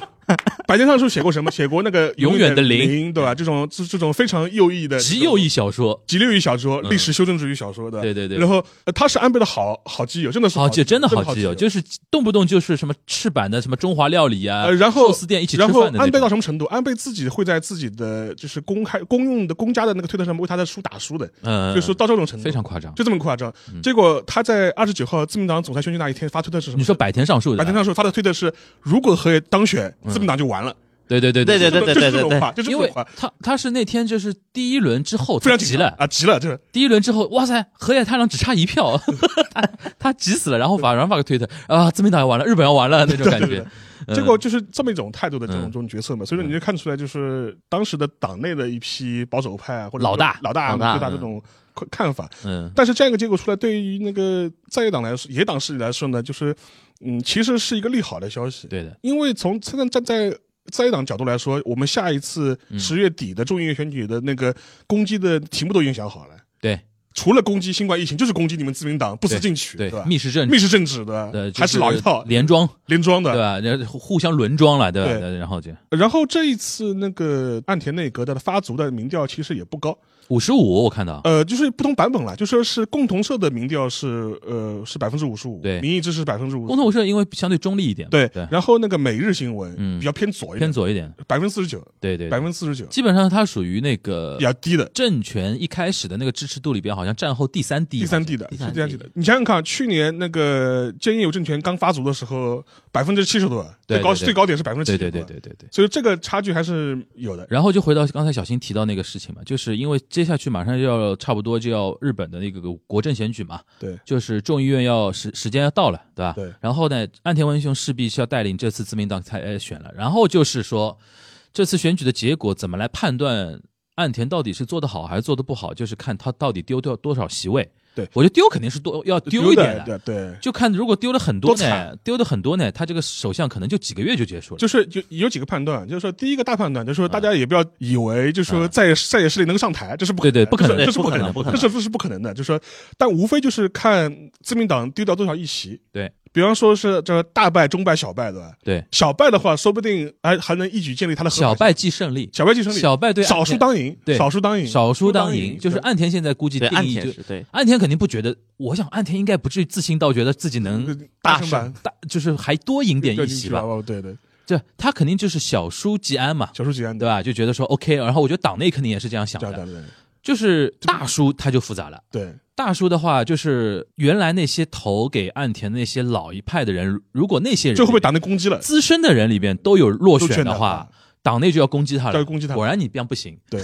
Speaker 2: 百田尚树写过什么？写过那个
Speaker 3: 永远的零嗯
Speaker 2: 零，对吧？这种这这种非常右翼的
Speaker 3: 极右翼小说，
Speaker 2: 极右翼小说，
Speaker 3: 嗯
Speaker 2: 历史修正主义小说的。
Speaker 3: 对对对
Speaker 2: 然后呃他是安倍的好好基友，真的是
Speaker 3: 好
Speaker 2: 基
Speaker 3: 基真的
Speaker 2: 好
Speaker 3: 好基友，就是动不动就是什么赤坂的什么中华料理啊，
Speaker 2: 呃，然后
Speaker 3: 寿司店一起吃
Speaker 2: 然后
Speaker 3: 饭的
Speaker 2: 安
Speaker 3: 那
Speaker 2: 倍到
Speaker 3: 种，嗯
Speaker 2: 什么程度？安倍自己会在自己的就是公开公用的公家的那个推特上面为他的书打书的，
Speaker 3: 嗯，
Speaker 2: 就是到这种程度，
Speaker 3: 非常嗯夸张。
Speaker 2: 就这么夸张。结果他在二十九号自民党总裁选举那一天发推特是什么？
Speaker 3: 你说百田上树的
Speaker 2: 白
Speaker 3: 吧，
Speaker 2: 天上说他的推特是，如果河野当选，自民党就完了。
Speaker 3: 对对对
Speaker 4: 对对
Speaker 2: 就是这种话，就是这
Speaker 3: 因
Speaker 2: 种
Speaker 3: 为
Speaker 2: 话，
Speaker 3: 他他是那天就是第一轮之后
Speaker 2: 非
Speaker 3: 他
Speaker 2: 常紧
Speaker 3: 急
Speaker 2: 张
Speaker 3: 了，
Speaker 2: 啊，急了，就是
Speaker 3: 第一轮之后，哇塞，河野太郎只差 一票，他他急死了，然后法然后发个推特啊，自民党要完了，日本要完了那种感
Speaker 2: 对
Speaker 3: 觉
Speaker 2: 对，结果就是这么一种态度的这种
Speaker 3: 嗯
Speaker 2: 这种角色嘛，所以说你就看出来，就是当时的党内的一批保守派啊，或者
Speaker 3: 老大
Speaker 2: 老大
Speaker 4: 老大
Speaker 2: 对他这种看法。
Speaker 3: 嗯
Speaker 2: 但是这样一个结果出来，对于那个在野党来说，野党势力来说呢，就是嗯，其实是一个利好的消息，
Speaker 3: 对的，
Speaker 2: 因为从站站在在野党角度来说，我们下一次十月底的众议院选举的那个攻击的题目都已经想好了，
Speaker 3: 对
Speaker 2: 除了攻击新冠疫情，就是攻击你们自民党不思进取，
Speaker 3: 对
Speaker 2: 吧，？
Speaker 3: 密室政
Speaker 2: 密室政治，对吧？
Speaker 3: 呃，就
Speaker 2: 还是老一套，
Speaker 3: 连装，
Speaker 2: 连装的
Speaker 3: 对。吧？然后互相轮装了，对吧？
Speaker 2: 对
Speaker 3: 然后就
Speaker 2: 然后这一次那个岸田内阁的发足的民调其实也不高，
Speaker 3: 五十五，我看到，
Speaker 2: 呃，就是不同版本了，就说是共同社的民调是呃是百分之五十五，
Speaker 3: 对
Speaker 2: 民意支持百分之五，
Speaker 3: 共同社因为相对中立一点嘛，
Speaker 2: 对
Speaker 3: 对，，
Speaker 2: 然后那个每日新闻
Speaker 3: 嗯
Speaker 2: 比较偏左一
Speaker 3: 偏
Speaker 2: 点，
Speaker 3: 左一点，
Speaker 2: 百分之四十九，
Speaker 3: 对对，
Speaker 2: 百
Speaker 3: 对
Speaker 2: 分之四十九
Speaker 3: 基本上它属于那个
Speaker 2: 比较低的，
Speaker 3: 政权一开始的那个支持度里边，好像战后第三低，
Speaker 2: 第三低的，
Speaker 4: 第
Speaker 2: 是
Speaker 4: 三
Speaker 2: 第三低
Speaker 4: 低
Speaker 2: 的。你想想看，去年那个菅义伟政权刚发足的时候，百分之七十多，
Speaker 3: 对
Speaker 2: 最高
Speaker 3: 对对
Speaker 2: 最高点是百分之
Speaker 3: 对
Speaker 2: 七，
Speaker 3: 对对，对对对。
Speaker 2: 所以这个差距还是有的。
Speaker 3: 然后就回到刚才小新提到那个事情嘛，就是因为接下去马上就要差不多就要日本的那个国政选举嘛，
Speaker 2: 对，
Speaker 3: 就是众议院要时时间要到了，对吧？
Speaker 2: 对
Speaker 3: 然后呢，岸田文雄势必是要带领这次自民党参呃选了，然后就是说，这次选举的结果怎么来判断岸田到底是做得好还是做得不好，就是看他到底丢掉多少席位。
Speaker 2: 对
Speaker 3: 我觉得丢肯定是多要丢一点
Speaker 2: 的，对对。
Speaker 3: 就看如果丢了很多
Speaker 2: 多
Speaker 3: 呢，丢的很多呢，他这个首相可能就几个月就结束了。
Speaker 2: 就是有有几个判断，就是说第一个大判断，就是说大家也不要以为，就是说在野在野势力能上台，这是不可能
Speaker 3: 对
Speaker 2: 的
Speaker 3: 对不可能
Speaker 2: 这是这是
Speaker 4: 对
Speaker 2: 不可
Speaker 4: 不可能
Speaker 2: 这是这是不可能的。就是说，但无非就是看自民党丢掉多少议席。
Speaker 3: 对
Speaker 2: 比方说是这大败、中败、小败，对吧？
Speaker 3: 对，
Speaker 2: 小败的话，说不定还还能一举建立他的和
Speaker 3: 小
Speaker 2: 好
Speaker 3: 败即胜利，
Speaker 2: 小败即胜利，
Speaker 3: 小败对
Speaker 2: 少数当赢，
Speaker 3: 对
Speaker 2: 少数当赢，
Speaker 3: 少数当
Speaker 2: 少数
Speaker 3: 赢，就是岸田现在估计
Speaker 4: 对，
Speaker 3: 定
Speaker 4: 岸
Speaker 3: 义
Speaker 4: 田
Speaker 3: 就是
Speaker 4: 对，
Speaker 3: 岸田肯定不觉得，我想岸田应该不至于自信到觉得自己能
Speaker 2: 对
Speaker 3: 大
Speaker 2: 胜
Speaker 3: 胜
Speaker 2: 吧，
Speaker 3: 大，就是还多赢点
Speaker 2: 嗯掉
Speaker 3: 一
Speaker 2: 进
Speaker 3: 席
Speaker 2: 去了
Speaker 3: 吧。
Speaker 2: 哦，对对，
Speaker 3: 这他肯定就是小输即安嘛，
Speaker 2: 小数几安
Speaker 3: 对吧？就觉得说 OK，然后我觉得党内肯定也是这样想
Speaker 2: 对
Speaker 3: 的，
Speaker 2: 对对
Speaker 3: 就是大输他就复杂了。
Speaker 2: 对
Speaker 3: 大叔的话，就是原来那些投给岸田那些老一派的人，如果那些人
Speaker 2: 最后被党内攻击了，
Speaker 3: 资深的人里边都有落
Speaker 2: 都
Speaker 3: 选
Speaker 2: 劝
Speaker 3: 的
Speaker 2: 的
Speaker 3: 话，，党内就要攻击他
Speaker 2: 就
Speaker 3: 了
Speaker 2: 要。攻击他
Speaker 3: 果然你这样不行，
Speaker 2: 对，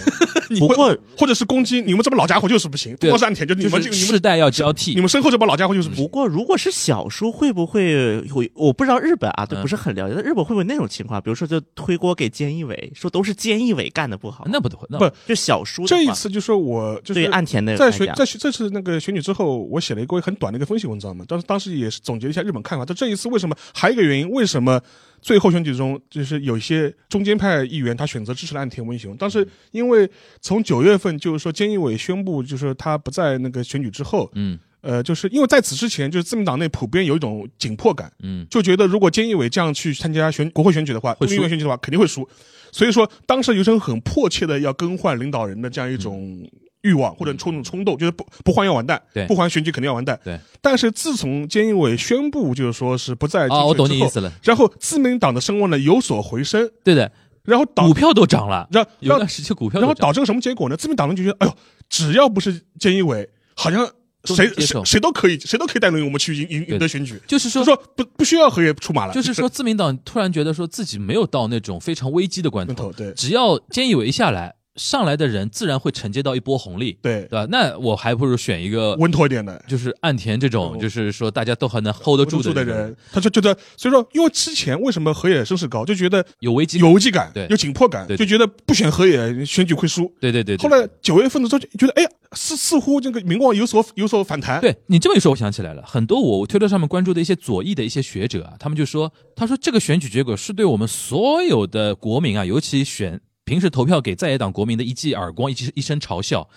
Speaker 4: 不过
Speaker 2: 或者是攻击你们这帮老家伙就是不行，不
Speaker 3: 对
Speaker 2: 光是岸田，就你
Speaker 3: 就
Speaker 2: 们
Speaker 3: 是
Speaker 2: 这个你
Speaker 3: 世
Speaker 2: 们
Speaker 3: 代要交
Speaker 2: 你
Speaker 3: 替。
Speaker 2: 们身后这帮老家伙就是不
Speaker 4: 不
Speaker 2: 行。
Speaker 4: 过如果是小说，会不会我我不知道日本啊，对，
Speaker 3: 嗯
Speaker 4: 不是很了解，但日本会不会那种情况？比如说就推锅给菅义伟，说都是菅义伟干的不好，
Speaker 3: 啊那不那
Speaker 2: 不
Speaker 4: 就小说的
Speaker 2: 这一
Speaker 4: 话
Speaker 2: 次就是我就是
Speaker 4: 对岸田的
Speaker 2: 在
Speaker 4: 来
Speaker 2: 选
Speaker 4: 讲，
Speaker 2: 在选这次那个选举之后，我写了一个很短的一个分析文章嘛，当时当时也是总结了一下日本看法。但这一次为什么还有一个原因，为什么最后选举中就是有一些中间派议员他选择支持了岸田文雄？当时因为从九月份就是说菅义伟宣布就是说他不在那个选举之后，
Speaker 3: 嗯
Speaker 2: 呃，就是因为在此之前就是自民党内普遍有一种紧迫感，
Speaker 3: 嗯，
Speaker 2: 就觉得如果菅义伟这样去参加选国会选举的话，
Speaker 3: 会
Speaker 2: 众
Speaker 3: 输
Speaker 2: 议院选举的话肯定会输，所以说当时有一种很迫切的要更换领导人的这样一种欲望或者冲冲动，就是不不换要完蛋
Speaker 3: 嗯对，
Speaker 2: 不换选举肯定要完蛋。
Speaker 3: 对，
Speaker 2: 但是自从菅义伟宣布就是说是不再竞
Speaker 3: 啊，
Speaker 2: 选
Speaker 3: 我懂你
Speaker 2: 之后
Speaker 3: 意，思了。
Speaker 2: 然后自民党的声望呢有所回升，
Speaker 3: 对的，
Speaker 2: 然后导
Speaker 3: 股票都 涨了，
Speaker 2: 让
Speaker 3: 嗯有
Speaker 2: 让
Speaker 3: 段时期股票
Speaker 2: 然后
Speaker 3: 都涨
Speaker 2: 导致个什么结果呢？自民党人就觉得，哎呦，只要不是菅义伟，好像
Speaker 3: 都能
Speaker 2: 谁
Speaker 3: 接受
Speaker 2: 谁谁都可以，谁都可以带领我们去赢赢
Speaker 3: 对
Speaker 2: 赢得选举。
Speaker 3: 就是
Speaker 2: 就
Speaker 3: 说
Speaker 2: 说不不需要河野出马了，
Speaker 3: 就是说，自民党突然觉得说自己没有到那种非常危机的关
Speaker 2: 跟
Speaker 3: 头，
Speaker 2: 头对
Speaker 3: 只要菅义伟一下来，上来的人自然会承接到一波红利，
Speaker 2: 对
Speaker 3: 对吧？那我还不如选一个
Speaker 2: 稳妥一点的。
Speaker 3: 就是岸田这种，
Speaker 2: 嗯
Speaker 3: 就是说大家都还能 hold 得
Speaker 2: 稳
Speaker 3: 住
Speaker 2: 住的
Speaker 3: 的
Speaker 2: 人，，他就觉得，所以说，因为之前为什么河野声势高，就觉得
Speaker 3: 有危机，
Speaker 2: 有危机感
Speaker 3: 对，
Speaker 2: 有紧迫感
Speaker 3: 对，
Speaker 2: 就觉得不选河野选举会输。
Speaker 3: 对对对。对
Speaker 2: 后来九月份的时候，就觉得哎呀，似似乎这个民望有所有所反 弹。
Speaker 3: 对你这么一说，我想起来了，很多我推特上面关注的一些左翼的一些学者啊，他们就说，他说这个选举结果是对我们所有的国民啊，尤其选平时投票给在野党国民的一记耳光，一记一声嘲笑，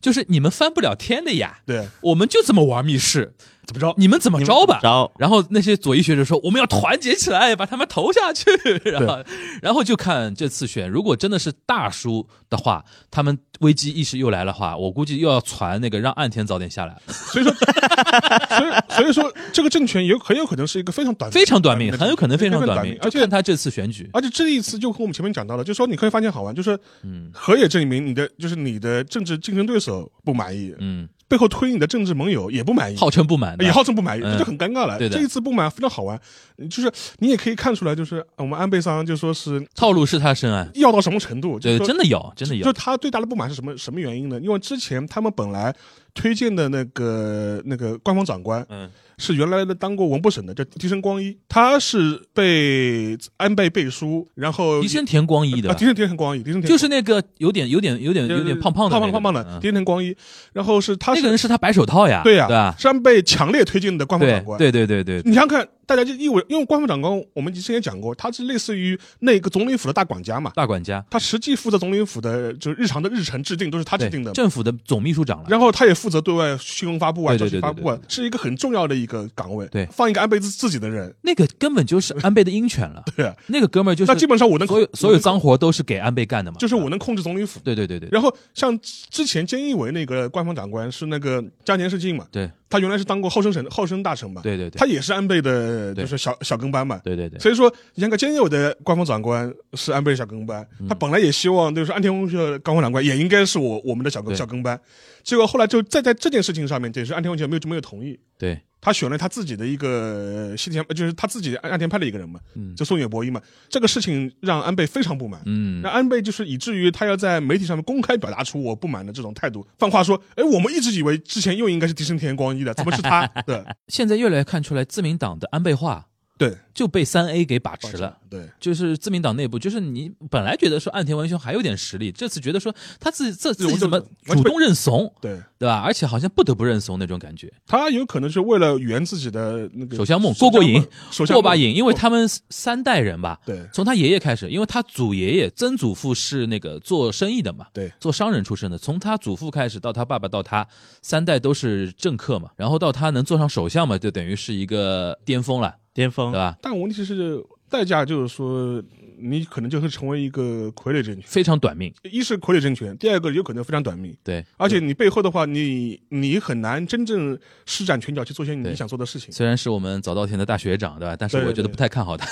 Speaker 3: 就是你们翻不了天的呀，
Speaker 2: 对，
Speaker 3: 我们就这么玩密室，
Speaker 2: 怎么着？
Speaker 3: 你们怎么着吧？
Speaker 4: 招
Speaker 3: 然后那些左翼学者说，我们要团结起来，把他们投下去。 然后，然后就看这次选，如果真的是大输的话，他们危机意识又来了话，我估计又要传那个让岸田早点下来，
Speaker 2: 所以说， 所以所以说，这个政权有很有可能是一个非常短
Speaker 3: 非常短命，很有可能非
Speaker 2: 非
Speaker 3: 常
Speaker 2: 短
Speaker 3: 短命。
Speaker 2: 而
Speaker 3: 就
Speaker 2: 且呃
Speaker 3: 看他这次选举，
Speaker 2: 而且这一次就和我们前面讲到了，就说你可以发现好玩，就是
Speaker 3: 嗯
Speaker 2: 河野证明你的就是你的政治竞争对手不满意，
Speaker 3: 嗯，
Speaker 2: 背后推你的政治盟友也不满意，
Speaker 3: 号称不满的
Speaker 2: 也，号称不满意，
Speaker 3: 嗯
Speaker 2: 这就很尴尬了。
Speaker 3: 对的
Speaker 2: 这一次不满非常好玩，就是你也可以看出来，就是呃我们安倍桑就说是
Speaker 3: 套路是他深谙，
Speaker 2: 要到什么程度，就
Speaker 3: 对
Speaker 2: 是，说
Speaker 3: 真的有，真的
Speaker 2: 就
Speaker 3: 有，
Speaker 2: 他最大的不满是什么什么原因呢？因为之前他们本来推荐的那个那个官方长官，
Speaker 3: 嗯，
Speaker 2: 是原来的当过文部省的，叫提升光一，他是被安倍背书，然后
Speaker 3: 迪生田光一的
Speaker 2: 啊，，提升提升光一，提升
Speaker 3: 就是那个有点有点有点有点胖胖的那
Speaker 2: 胖
Speaker 3: 个，
Speaker 2: 胖胖胖
Speaker 3: 嗯
Speaker 2: 的，提升光一，然后是他
Speaker 3: 那
Speaker 2: 是
Speaker 3: 个人是他白手套呀，
Speaker 2: 对
Speaker 3: 呀，
Speaker 2: 呀、
Speaker 3: 对吧
Speaker 2: 是安倍强烈推荐的官方长官，
Speaker 3: 对对对对对，
Speaker 2: 你想想看，大家就以为，因为官方长官，我们之前也讲过，他是类似于那个总理府的大管家嘛，
Speaker 3: 大管家，
Speaker 2: 他实际负责总理府的，就是日常的日程制定都是他制
Speaker 3: 对
Speaker 2: 定的。
Speaker 3: 政府的总秘书长了。
Speaker 2: 然后他也负责对外新闻发布啊、
Speaker 3: 对
Speaker 2: 消
Speaker 3: 对
Speaker 2: 息
Speaker 3: 对
Speaker 2: 发布啊
Speaker 3: 对，
Speaker 2: 是一个很重要的一个岗位。
Speaker 3: 对
Speaker 2: 放一个安倍自自己的人，
Speaker 3: 那个根本就是安倍的鹰 犬了，
Speaker 2: 对啊，
Speaker 3: 那个哥们儿就是
Speaker 2: 那基本上我能
Speaker 3: 所有
Speaker 2: 我能
Speaker 3: 所有脏活都是给安倍干的嘛，
Speaker 2: 就是我能控制总理府。
Speaker 3: 对对对对，
Speaker 2: 然后像之前菅义伟那个官方长官是那个加田世敬嘛，
Speaker 3: 对
Speaker 2: 他原来是当过厚生省厚生大臣嘛，
Speaker 3: 对对对
Speaker 2: 他也是安倍的，
Speaker 3: 对
Speaker 2: 就是小小跟班嘛。
Speaker 3: 对对对，
Speaker 2: 所以说，你像个兼有的官方长官是安倍的小跟班，
Speaker 3: 嗯
Speaker 2: 他本来也希望就是安田文雄的官方长官也应该是我我们的小跟
Speaker 3: 对
Speaker 2: 小跟班，结果后来就再在这件事情上面，也是安田文雄没有没有同意，
Speaker 3: 对
Speaker 2: 他选了他自己的一个西田，就是他自己安安田派的一个人嘛，
Speaker 3: 嗯
Speaker 2: 就松野博一嘛，这个事情让安倍非常不满。
Speaker 3: 嗯
Speaker 2: 让，安倍就是以至于他要在媒体上面公开表达出我不满的这种态度。放话说，哎，我们一直以为之前又应该是提升田光一的，怎么是 他？对
Speaker 3: 现在越来越看出来自民党的安倍化
Speaker 2: 对，
Speaker 3: 就被三 A 给把持了。
Speaker 2: 对，
Speaker 3: 就是自民党内部，就是你本来觉得说岸田文雄还有点实力，这次觉得说他自己这自己怎么主动认怂，
Speaker 2: 对。
Speaker 3: 对吧？而且好像不得不认怂那种感觉。
Speaker 2: 他有可能是为了圆自己的那个
Speaker 3: 首相梦过过瘾，
Speaker 2: 首相梦哦
Speaker 3: 过把瘾，因为他们三代人吧，
Speaker 2: 对
Speaker 3: 从他爷爷开始，因为他祖爷爷曾祖父是那个做生意的嘛，
Speaker 2: 对
Speaker 3: 做商人出身的，从他祖父开始到他爸爸到他，三代都是政客嘛，然后到他能做上首相嘛，就等于是一个巅峰了，
Speaker 4: 巅
Speaker 3: 对
Speaker 4: 峰，
Speaker 3: 吧？
Speaker 2: 但问题是代价就是说，你可能就会成为一个傀儡政权。
Speaker 3: 非常短命，
Speaker 2: 一是傀儡政权，第二个有可能非常短命，
Speaker 3: 对。
Speaker 2: 而且你背后的话，你你很难真正施展拳脚去做些你想做的事情。
Speaker 3: 虽然是我们早稻田的大学长，对吧？但是
Speaker 2: 对
Speaker 3: 我觉得
Speaker 2: 对
Speaker 3: 不太看好他。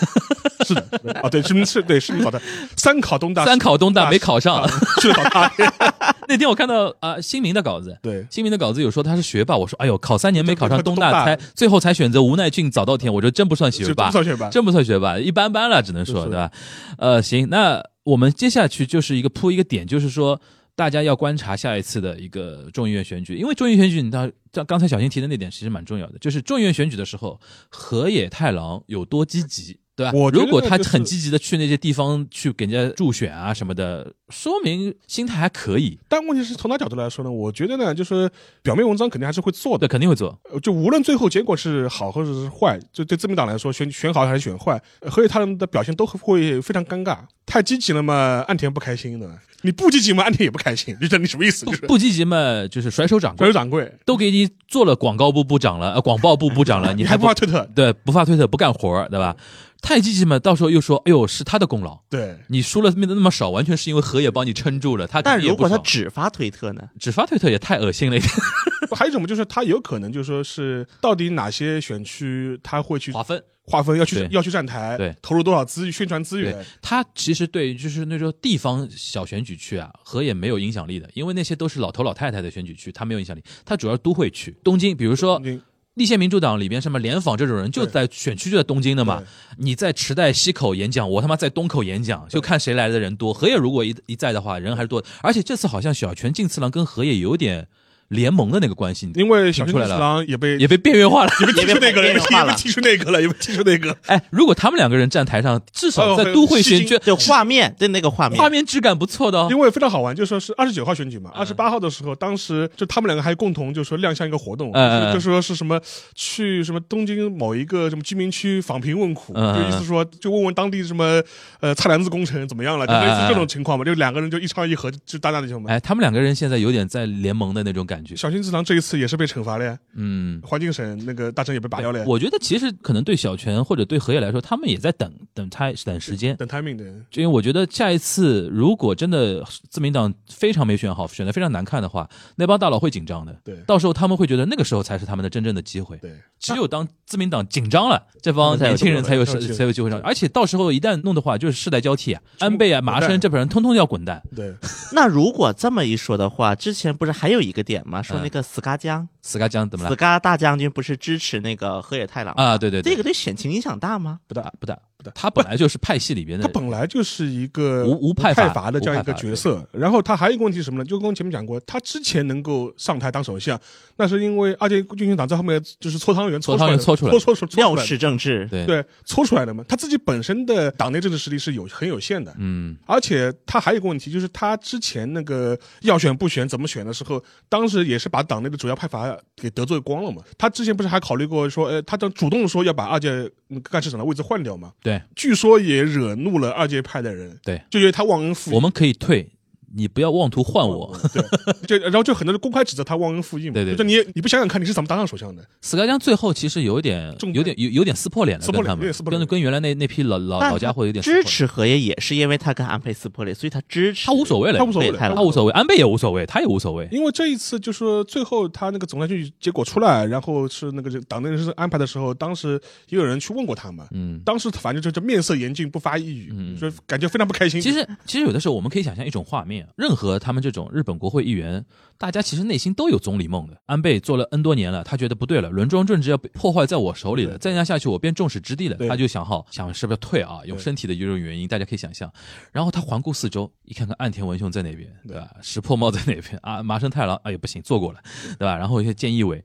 Speaker 2: 是的，是的哦，对，是是，对，是你考的三考东大，
Speaker 3: 三考东大没考上
Speaker 2: 啊，是考大，
Speaker 3: 那天我看到啊、新民的稿子，
Speaker 2: 对，
Speaker 3: 新民的稿子有说他是学霸，我说哎呦，考三年没考上
Speaker 2: 对对对
Speaker 3: 东大，
Speaker 2: 东大
Speaker 3: 才最后才选择无奈郡早稻田，我说真不算学
Speaker 2: 就
Speaker 3: 霸
Speaker 2: 不，算学霸，
Speaker 3: 真不算学霸，一般般了，只能说
Speaker 2: 就是
Speaker 3: 对吧？呃，行，那我们接下去就是一个铺一个点，就是说大家要观察下一次的一个众议院选举，因为众议院选举，你知道，像刚才小新提的那点其实蛮重要的，就是众议院选举的时候，河野太郎有多积极。对吧？
Speaker 2: 我觉得
Speaker 3: 如果他
Speaker 2: 就是
Speaker 3: 很积极的去那些地方去给人家助选啊什么的，说明心态还可以，
Speaker 2: 但问题是从他角度来说呢，我觉得呢，就是表面文章肯定还是会做的。
Speaker 3: 对，肯定会做。
Speaker 2: 呃就无论最后结果是好或者是坏，就对自民党来说，选选好还是选坏，呃河野他们的表现都会非常尴尬。太积极了嘛，岸田不开心的；你不积极嘛，岸田也不开心。 就是你什么意思？
Speaker 3: 不
Speaker 2: 就是
Speaker 3: 不积极嘛，就是甩手掌
Speaker 2: 左
Speaker 3: 柜，
Speaker 2: 右掌柜，
Speaker 3: 都给你做了广告部部长了，呃，广报部部 长了，你
Speaker 2: 你
Speaker 3: 还
Speaker 2: 还
Speaker 3: 不
Speaker 2: 不发推特？
Speaker 3: 对不发推特不干活儿，对吧？太积极嘛，到时候又说，哎呦是他的功劳，
Speaker 2: 对，
Speaker 3: 你输了面的那么少，完全是因为河野帮你撑住了。他
Speaker 4: 但
Speaker 3: 肯定也
Speaker 4: 如
Speaker 3: 不
Speaker 4: 果他
Speaker 3: 爽
Speaker 4: 只发推特呢？
Speaker 3: 只发推特也太恶心了一点，
Speaker 2: 还有一种就是他有可能就是说是到底哪些选区他会去
Speaker 3: 划分。
Speaker 2: 划分，要去
Speaker 3: 对
Speaker 2: 要去站台，
Speaker 3: 对
Speaker 2: 投入多少资宣传资源
Speaker 3: 对，他其实对于就是那种地方小选举区啊，河野没有影响力的，因为那些都是老头老太太的选举区，他没有影响力。他主要都会区，东京，比如说
Speaker 2: 嗯
Speaker 3: 立宪民主党里边什么联访这种人，就在选区就在东京的嘛
Speaker 2: 对。
Speaker 3: 你在池袋西口演讲，我他妈在东口演讲，就看谁来的人多。河野如果一一在的话，人还是多的。而且这次好像小泉进次郎跟河野有点联盟的那个关系，
Speaker 2: 因为小泉
Speaker 3: 听出
Speaker 2: 纯
Speaker 3: 来
Speaker 2: 次
Speaker 3: 了
Speaker 2: 郎也被
Speaker 3: 也被边缘化了。
Speaker 2: 也被踢出那个了，也被
Speaker 4: 也被边
Speaker 2: 踢
Speaker 4: 缘化
Speaker 2: 也
Speaker 4: 了
Speaker 2: 被踢出那个了，也被踢出那个。
Speaker 3: 哎，如果他们两个人站台上，至少
Speaker 2: 哦
Speaker 3: 在都会选区
Speaker 4: 就画面，对那个画面
Speaker 3: 画，面质感不错的哦。嗯
Speaker 2: 因为非常好玩，就说是二十九号选举嘛，二十八号的时候，当时就他们两个还共同就说亮相一个活动，
Speaker 3: 嗯嗯嗯
Speaker 2: 就是就说是什么去什么东京某一个什么居民区访贫问苦，
Speaker 3: 嗯嗯嗯
Speaker 2: 就意思说就问问当地什么呃菜篮子工程怎么样了，就
Speaker 3: 嗯嗯嗯
Speaker 2: 类似这种情况嘛，就两个人就一唱一和就搭档那什么。
Speaker 3: 哎，他们两个人现在有点在联盟的那种感觉。
Speaker 2: 小泉之郎这一次也是被惩罚了呀，
Speaker 3: 嗯，
Speaker 2: 环境省那个大臣也被拔掉了呀，
Speaker 3: 我觉得其实可能对小泉或者对河野来说，他们也在等等他等时间。
Speaker 2: 等 timing 的。
Speaker 3: 因为我觉得下一次如果真的自民党非常没选好，选的非常难看的话，那帮大佬会紧张的。
Speaker 2: 对
Speaker 3: 到时候他们会觉得那个时候才是他们的真正的机 会。
Speaker 2: 对，
Speaker 3: 只有当自民党紧张了，这帮年轻人才有
Speaker 2: 才有机会
Speaker 3: 才有机会上。而且到时候一旦弄的话，就是世代交替啊，安倍啊、麻生这帮人通通要滚蛋。
Speaker 2: 对，
Speaker 4: 那如果这么一说的话，之前不是还有一个点吗？说
Speaker 3: 嗯
Speaker 4: 那个死嘎将、
Speaker 3: 死嘎讲怎么
Speaker 4: 死
Speaker 3: 了？
Speaker 4: 嘎大将军不是支持那个河野太郎吗？
Speaker 3: 啊，对对对，
Speaker 4: 这个对选情影响大吗？
Speaker 3: 不大不大，
Speaker 2: 不对，
Speaker 3: 他本来就是派系里边的
Speaker 2: 他
Speaker 3: 人，
Speaker 2: 本来就是一个
Speaker 3: 嗯无无派
Speaker 2: 派
Speaker 3: 阀
Speaker 2: 的这样
Speaker 3: 无
Speaker 2: 一个
Speaker 3: 派阀
Speaker 2: 角色。然后他还有一个问题是什么呢？就跟我前面讲过，他之前能够上台当首相，那是因为二阶军选党在后面就是搓汤圆，
Speaker 3: 搓
Speaker 2: 出来的
Speaker 3: 汤圆搓出来的
Speaker 2: 搓搓搓搓出来
Speaker 4: 料
Speaker 2: 的
Speaker 4: 事政治，
Speaker 3: 对，
Speaker 2: 对搓出来的嘛。他自己本身的党内政治实力是有很有限的，
Speaker 3: 嗯，
Speaker 2: 而且他还有一个问题，就是他之前那个要选不选怎么选的时候，当时也是把党内的主要派阀给得罪光了嘛。他之前不是还考虑过说，呃，他当主动说要把二届嗯干事长的位置换掉嘛？
Speaker 3: 对，
Speaker 2: 据说也惹怒了二届派的人，
Speaker 3: 对，
Speaker 2: 就因为他忘恩负义。
Speaker 3: 我们可以退，你不要妄图换我。
Speaker 2: 对，就然后就很多人公开指责他忘恩负义嘛。
Speaker 3: 对对
Speaker 2: 就你也你不想想看你是怎么当上首相的？
Speaker 3: 斯嘉江最后其实有一点
Speaker 2: 重，
Speaker 3: 有点有有点撕破脸了，
Speaker 2: 撕破
Speaker 3: 跟
Speaker 2: 脸
Speaker 3: 他
Speaker 2: 有
Speaker 3: 们
Speaker 2: 点撕，破脸
Speaker 3: 跟跟原来那那批老老
Speaker 4: 但
Speaker 3: 老家伙有点撕破
Speaker 4: 支
Speaker 3: 脸
Speaker 4: 持河野也是因为他跟安倍撕破脸，所以他支持
Speaker 3: 他无所谓了，
Speaker 2: 他无所谓
Speaker 4: 北
Speaker 2: 了
Speaker 4: 太
Speaker 3: 他
Speaker 4: 郎
Speaker 3: 无所谓，安倍也无所谓，他也无所谓。
Speaker 2: 因为这一次就是说最后他那个总裁选举结果出来，然后是那个党内人士安排的时候，当时也有人去问过他嘛。
Speaker 3: 嗯，
Speaker 2: 当时反正就就面色严峻，不发一语，
Speaker 3: 嗯
Speaker 2: 就感觉非常不开心。
Speaker 3: 其实其实有的时候我们可以想象一种画面，任何他们这种日本国会议员，大家其实内心都有总理梦的。安倍做了 N 多年了，他觉得不对了，轮庄政治要被破坏在我手里了，
Speaker 2: 对
Speaker 3: 再这样下去我变众矢之的了，
Speaker 2: 对
Speaker 3: 他就想好想是不是要退啊？有
Speaker 2: 对
Speaker 3: 身体的一种原因，大家可以想象。然后他环顾四周，一看看岸田文雄在那边，对吧？石破茂在那边 啊，麻生太郎哎也不行，做过了，对吧？然后一些菅义伟，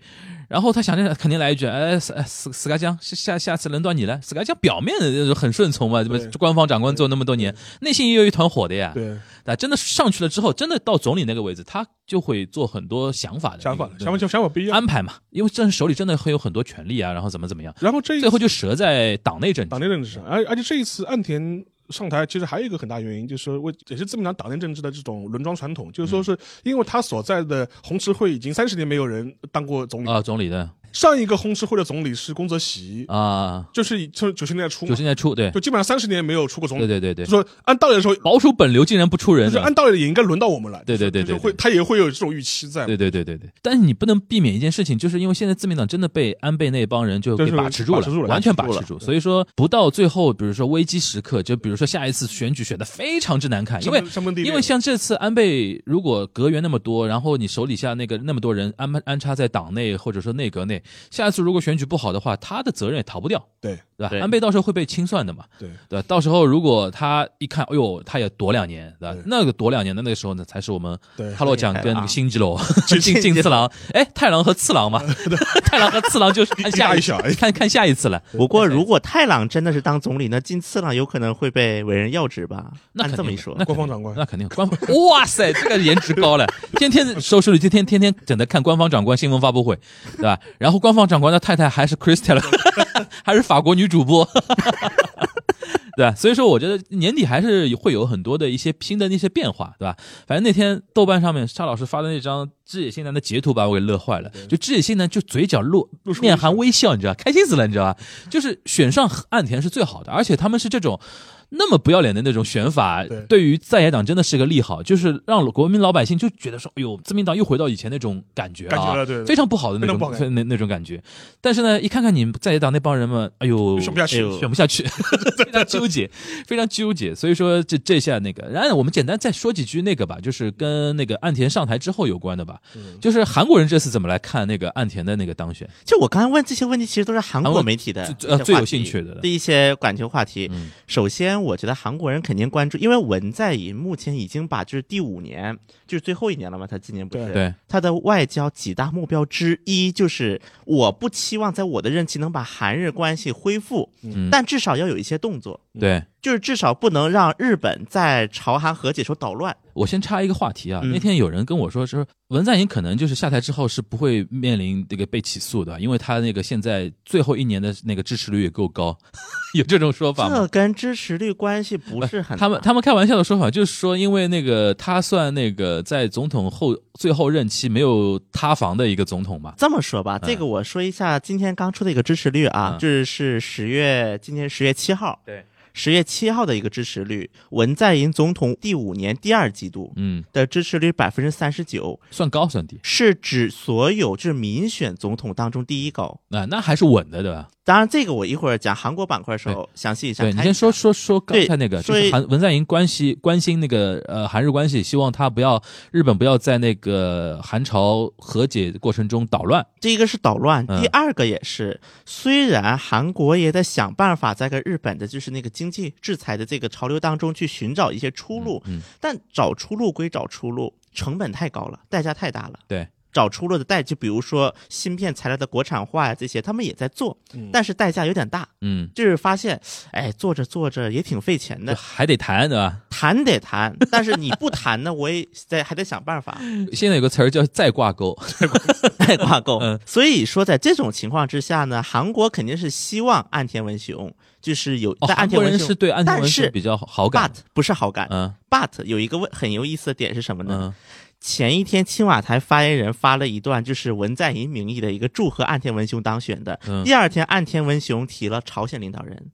Speaker 3: 然后他想着肯定来一句，哎，斯哎斯斯卡江，下下下次轮到你了。斯卡江表面就是很顺从嘛，对吧
Speaker 2: 对？
Speaker 3: 官方长官做那么多年，内心也有一团火的呀。
Speaker 2: 对
Speaker 3: 但真的上去了之后，真的到总理那个位置，他就会做很多想法的
Speaker 2: 想法
Speaker 3: 那个
Speaker 2: 想法就想法不一样。
Speaker 3: 嗯安排嘛，因为真手里真的会有很多权力啊，然后怎么怎么样，
Speaker 2: 然后这一
Speaker 3: 最
Speaker 2: 次
Speaker 3: 后就折在党内政治
Speaker 2: 党。内政治上，而而且这一次岸田。上台其实还有一个很大原因，就是说为也是自民党党内政治的这种轮装传统，就是说
Speaker 3: 嗯
Speaker 2: 是因为他所在的红十字会已经三十年没有人当过总理，
Speaker 3: 啊，总理的
Speaker 2: 上一个红十字会的总理是宫泽喜，
Speaker 3: 啊，
Speaker 2: 就是就是九十年代初嘛
Speaker 3: 九十年代初，对
Speaker 2: 就基本上三十年没有出过总
Speaker 3: 对
Speaker 2: 理。
Speaker 3: 对对对
Speaker 2: 就，说按道理来说，
Speaker 3: 保守本流竟然不出人
Speaker 2: 就是
Speaker 3: 了，
Speaker 2: 按道理也应该轮到我们了。
Speaker 3: 对对对
Speaker 2: 就是
Speaker 3: 对
Speaker 2: 会
Speaker 3: 对
Speaker 2: 他也会有这种预期在嘛。
Speaker 3: 对对对对对，但是你不能避免一件事情，就是因为现在自民党真的被安倍那帮人就
Speaker 2: 就
Speaker 3: 给
Speaker 2: 是
Speaker 3: 把持住
Speaker 2: 把持住了
Speaker 3: 完全把
Speaker 4: 把持
Speaker 3: 持
Speaker 4: 住
Speaker 3: 住。所以说，不到最后，比如说危机时刻，就比如说下一次选举选的非常之难看，因
Speaker 2: 山
Speaker 3: 为
Speaker 2: 本山本地
Speaker 3: 因为像这次安倍如果阁员那么多，然后你手底下那个那么多人安排安插在党内或者说内阁内，下一次如果选举不好的话，他的责任也逃不掉。
Speaker 2: 对
Speaker 3: 对吧？
Speaker 4: 对
Speaker 3: 安倍到时候会被清算的嘛？
Speaker 2: 对
Speaker 3: 对吧，到时候如果他一看，哎呦，他也躲两年，对吧
Speaker 2: 对？
Speaker 3: 那个躲两年的那个时候呢，才是我们
Speaker 2: 对
Speaker 3: 哈罗奖跟那
Speaker 4: 啊
Speaker 3: 个新之 楼、
Speaker 4: 就
Speaker 3: 进
Speaker 4: 进
Speaker 3: 进
Speaker 4: 次
Speaker 3: 次郎，哎，太郎和次郎嘛， 太郎和次郎就是看
Speaker 2: 一
Speaker 3: 下
Speaker 2: 大一
Speaker 3: 次
Speaker 2: 小哎
Speaker 3: 看看下一次了。
Speaker 4: 不过，如果太郎真的是当总理呢，近次郎有可能会被委任要职吧？
Speaker 3: 那
Speaker 4: 按
Speaker 3: 肯
Speaker 4: 这么
Speaker 3: 定
Speaker 4: 一
Speaker 3: 的
Speaker 4: 说，
Speaker 3: 那
Speaker 2: 官方
Speaker 3: 肯
Speaker 2: 长
Speaker 3: 定
Speaker 2: 官
Speaker 3: 那肯定官方。哇塞，这个颜值高了，天天收视率，天天天天整的看官方长官新闻发布会，对吧？然后官方长官的太太还是 Crystal，还 是法国女主播。 对吧？所以说，我觉得年底还是会有很多的一些新的那些变化，对吧？反正那天豆瓣上面沙老师发的那张志野新男的截图把我给乐坏了。就志野新男就嘴角露
Speaker 2: 露出
Speaker 3: 面
Speaker 2: 微笑
Speaker 3: 含微笑，你知道，开心死了，你知道吧？就是选上岸田是最好的，而且他们是这种那么不要脸的那种选法，
Speaker 2: 对
Speaker 3: 对于在野党真的是个利好，就是让国民老百姓就觉得说，哎呦，自民党又回到以前那种感觉了、
Speaker 2: 感觉
Speaker 3: 啊，
Speaker 2: 了，对对
Speaker 3: 非常不好的那
Speaker 2: 非常不好
Speaker 3: 种那那种感觉。但是呢，一看看你们在野党那帮人们，哎呦，
Speaker 2: 选不下去
Speaker 4: 哎呦
Speaker 3: 选不下去， 非常纠结，非常纠结。所以说这这下那个，然后我们简单再说几句那个吧，就是跟那个岸田上台之后有关的吧。
Speaker 2: 嗯
Speaker 3: 就是韩国人这次怎么来看那个岸田的那个当选？
Speaker 4: 就我刚才问这些问题，其实都是
Speaker 3: 韩
Speaker 4: 韩国
Speaker 3: 国
Speaker 4: 媒体的
Speaker 3: 最呃
Speaker 4: 一些
Speaker 3: 最有
Speaker 4: 话题
Speaker 3: 兴趣的了
Speaker 4: 的一些感情话题。
Speaker 3: 嗯
Speaker 4: 首先，我觉得韩国人肯定关注，因为文在寅目前已经把就是第五年，就是最后一年了嘛，他今年不是
Speaker 2: 对
Speaker 3: 对，
Speaker 4: 他的外交几大目标之一就是，我不期望在我的任期能把韩日关系恢复，
Speaker 3: 嗯，
Speaker 4: 但至少要有一些动作，
Speaker 3: 对。
Speaker 4: 就是至少不能让日本在朝韩和解时候捣乱。
Speaker 3: 我先插一个话题啊，
Speaker 4: 嗯
Speaker 3: 那天有人跟我说，说文在寅可能就是下台之后是不会面临那个被起诉的，因为他那个现在最后一年的那个支持率也够高， 有这种说法吗
Speaker 4: 这？跟支持率关系不是很大
Speaker 3: 他们他们开玩笑的说法就是说，因为那个他算那个在总统后最后任期没有塌房的一个总统嘛，
Speaker 4: 这么说吧，
Speaker 3: 嗯
Speaker 4: 这个我说一下，今天刚出的一个支持率啊，
Speaker 3: 嗯
Speaker 4: 就是是十月，今天十月七号，
Speaker 3: 对，
Speaker 4: 十月七号的一个支持率，文在寅总统第五年第二季度
Speaker 3: 嗯，
Speaker 4: 的支持率百分之三十九，
Speaker 3: 算高算低，
Speaker 4: 是指所有就是民选总统当中第一高。
Speaker 3: 啊那、那还是稳的，对吧？
Speaker 4: 当然，这个我一会儿讲韩国板块的时候详细一下。
Speaker 3: 对你先说，说说刚
Speaker 4: 对
Speaker 3: 才那个，就
Speaker 4: 所以
Speaker 3: 是韩文在寅关系关心那个呃韩日关系，希望他不要日本不要在那个韩朝和解过程中捣乱。
Speaker 4: 第一个是捣乱，
Speaker 3: 嗯
Speaker 4: 第二个也是，虽然韩国也得想办法在跟日本的就是那个经济制裁的这个潮流当中去寻找一些出路，
Speaker 3: 嗯，
Speaker 4: 但找出路归找出路，成本太高了，代价太大了。
Speaker 3: 对，
Speaker 4: 找出路的代，就比如说芯片材料的国产化呀，这些他们也在做，但是代价有点大。
Speaker 3: 嗯，
Speaker 4: 就是发现，哎，做着做着也挺费钱
Speaker 3: 这
Speaker 4: 的，
Speaker 3: 还得谈，对吧？
Speaker 4: 谈得谈，但是你不谈呢，我也在还得想办法
Speaker 3: 现在有个词儿叫再挂钩，
Speaker 4: 再挂钩。
Speaker 3: 嗯
Speaker 4: 所以说，在这种情况之下呢，韩国肯定是希望岸田文雄就是有
Speaker 3: 哦
Speaker 4: 在
Speaker 3: 韩
Speaker 4: 岸田
Speaker 3: 国
Speaker 4: 文
Speaker 3: 人
Speaker 4: 雄
Speaker 3: 是对安田文
Speaker 4: 但
Speaker 3: 雄
Speaker 4: 是
Speaker 3: 比较好感
Speaker 4: but。不是好感
Speaker 3: 嗯
Speaker 4: ，but 有一个问很有意思的点是什么呢？
Speaker 3: 嗯，
Speaker 4: 前一天青瓦台发言人发了一段就是文在寅名义的一个祝贺岸田文雄当选的，
Speaker 3: 嗯
Speaker 4: 第二天岸田文雄提了朝鲜领导人，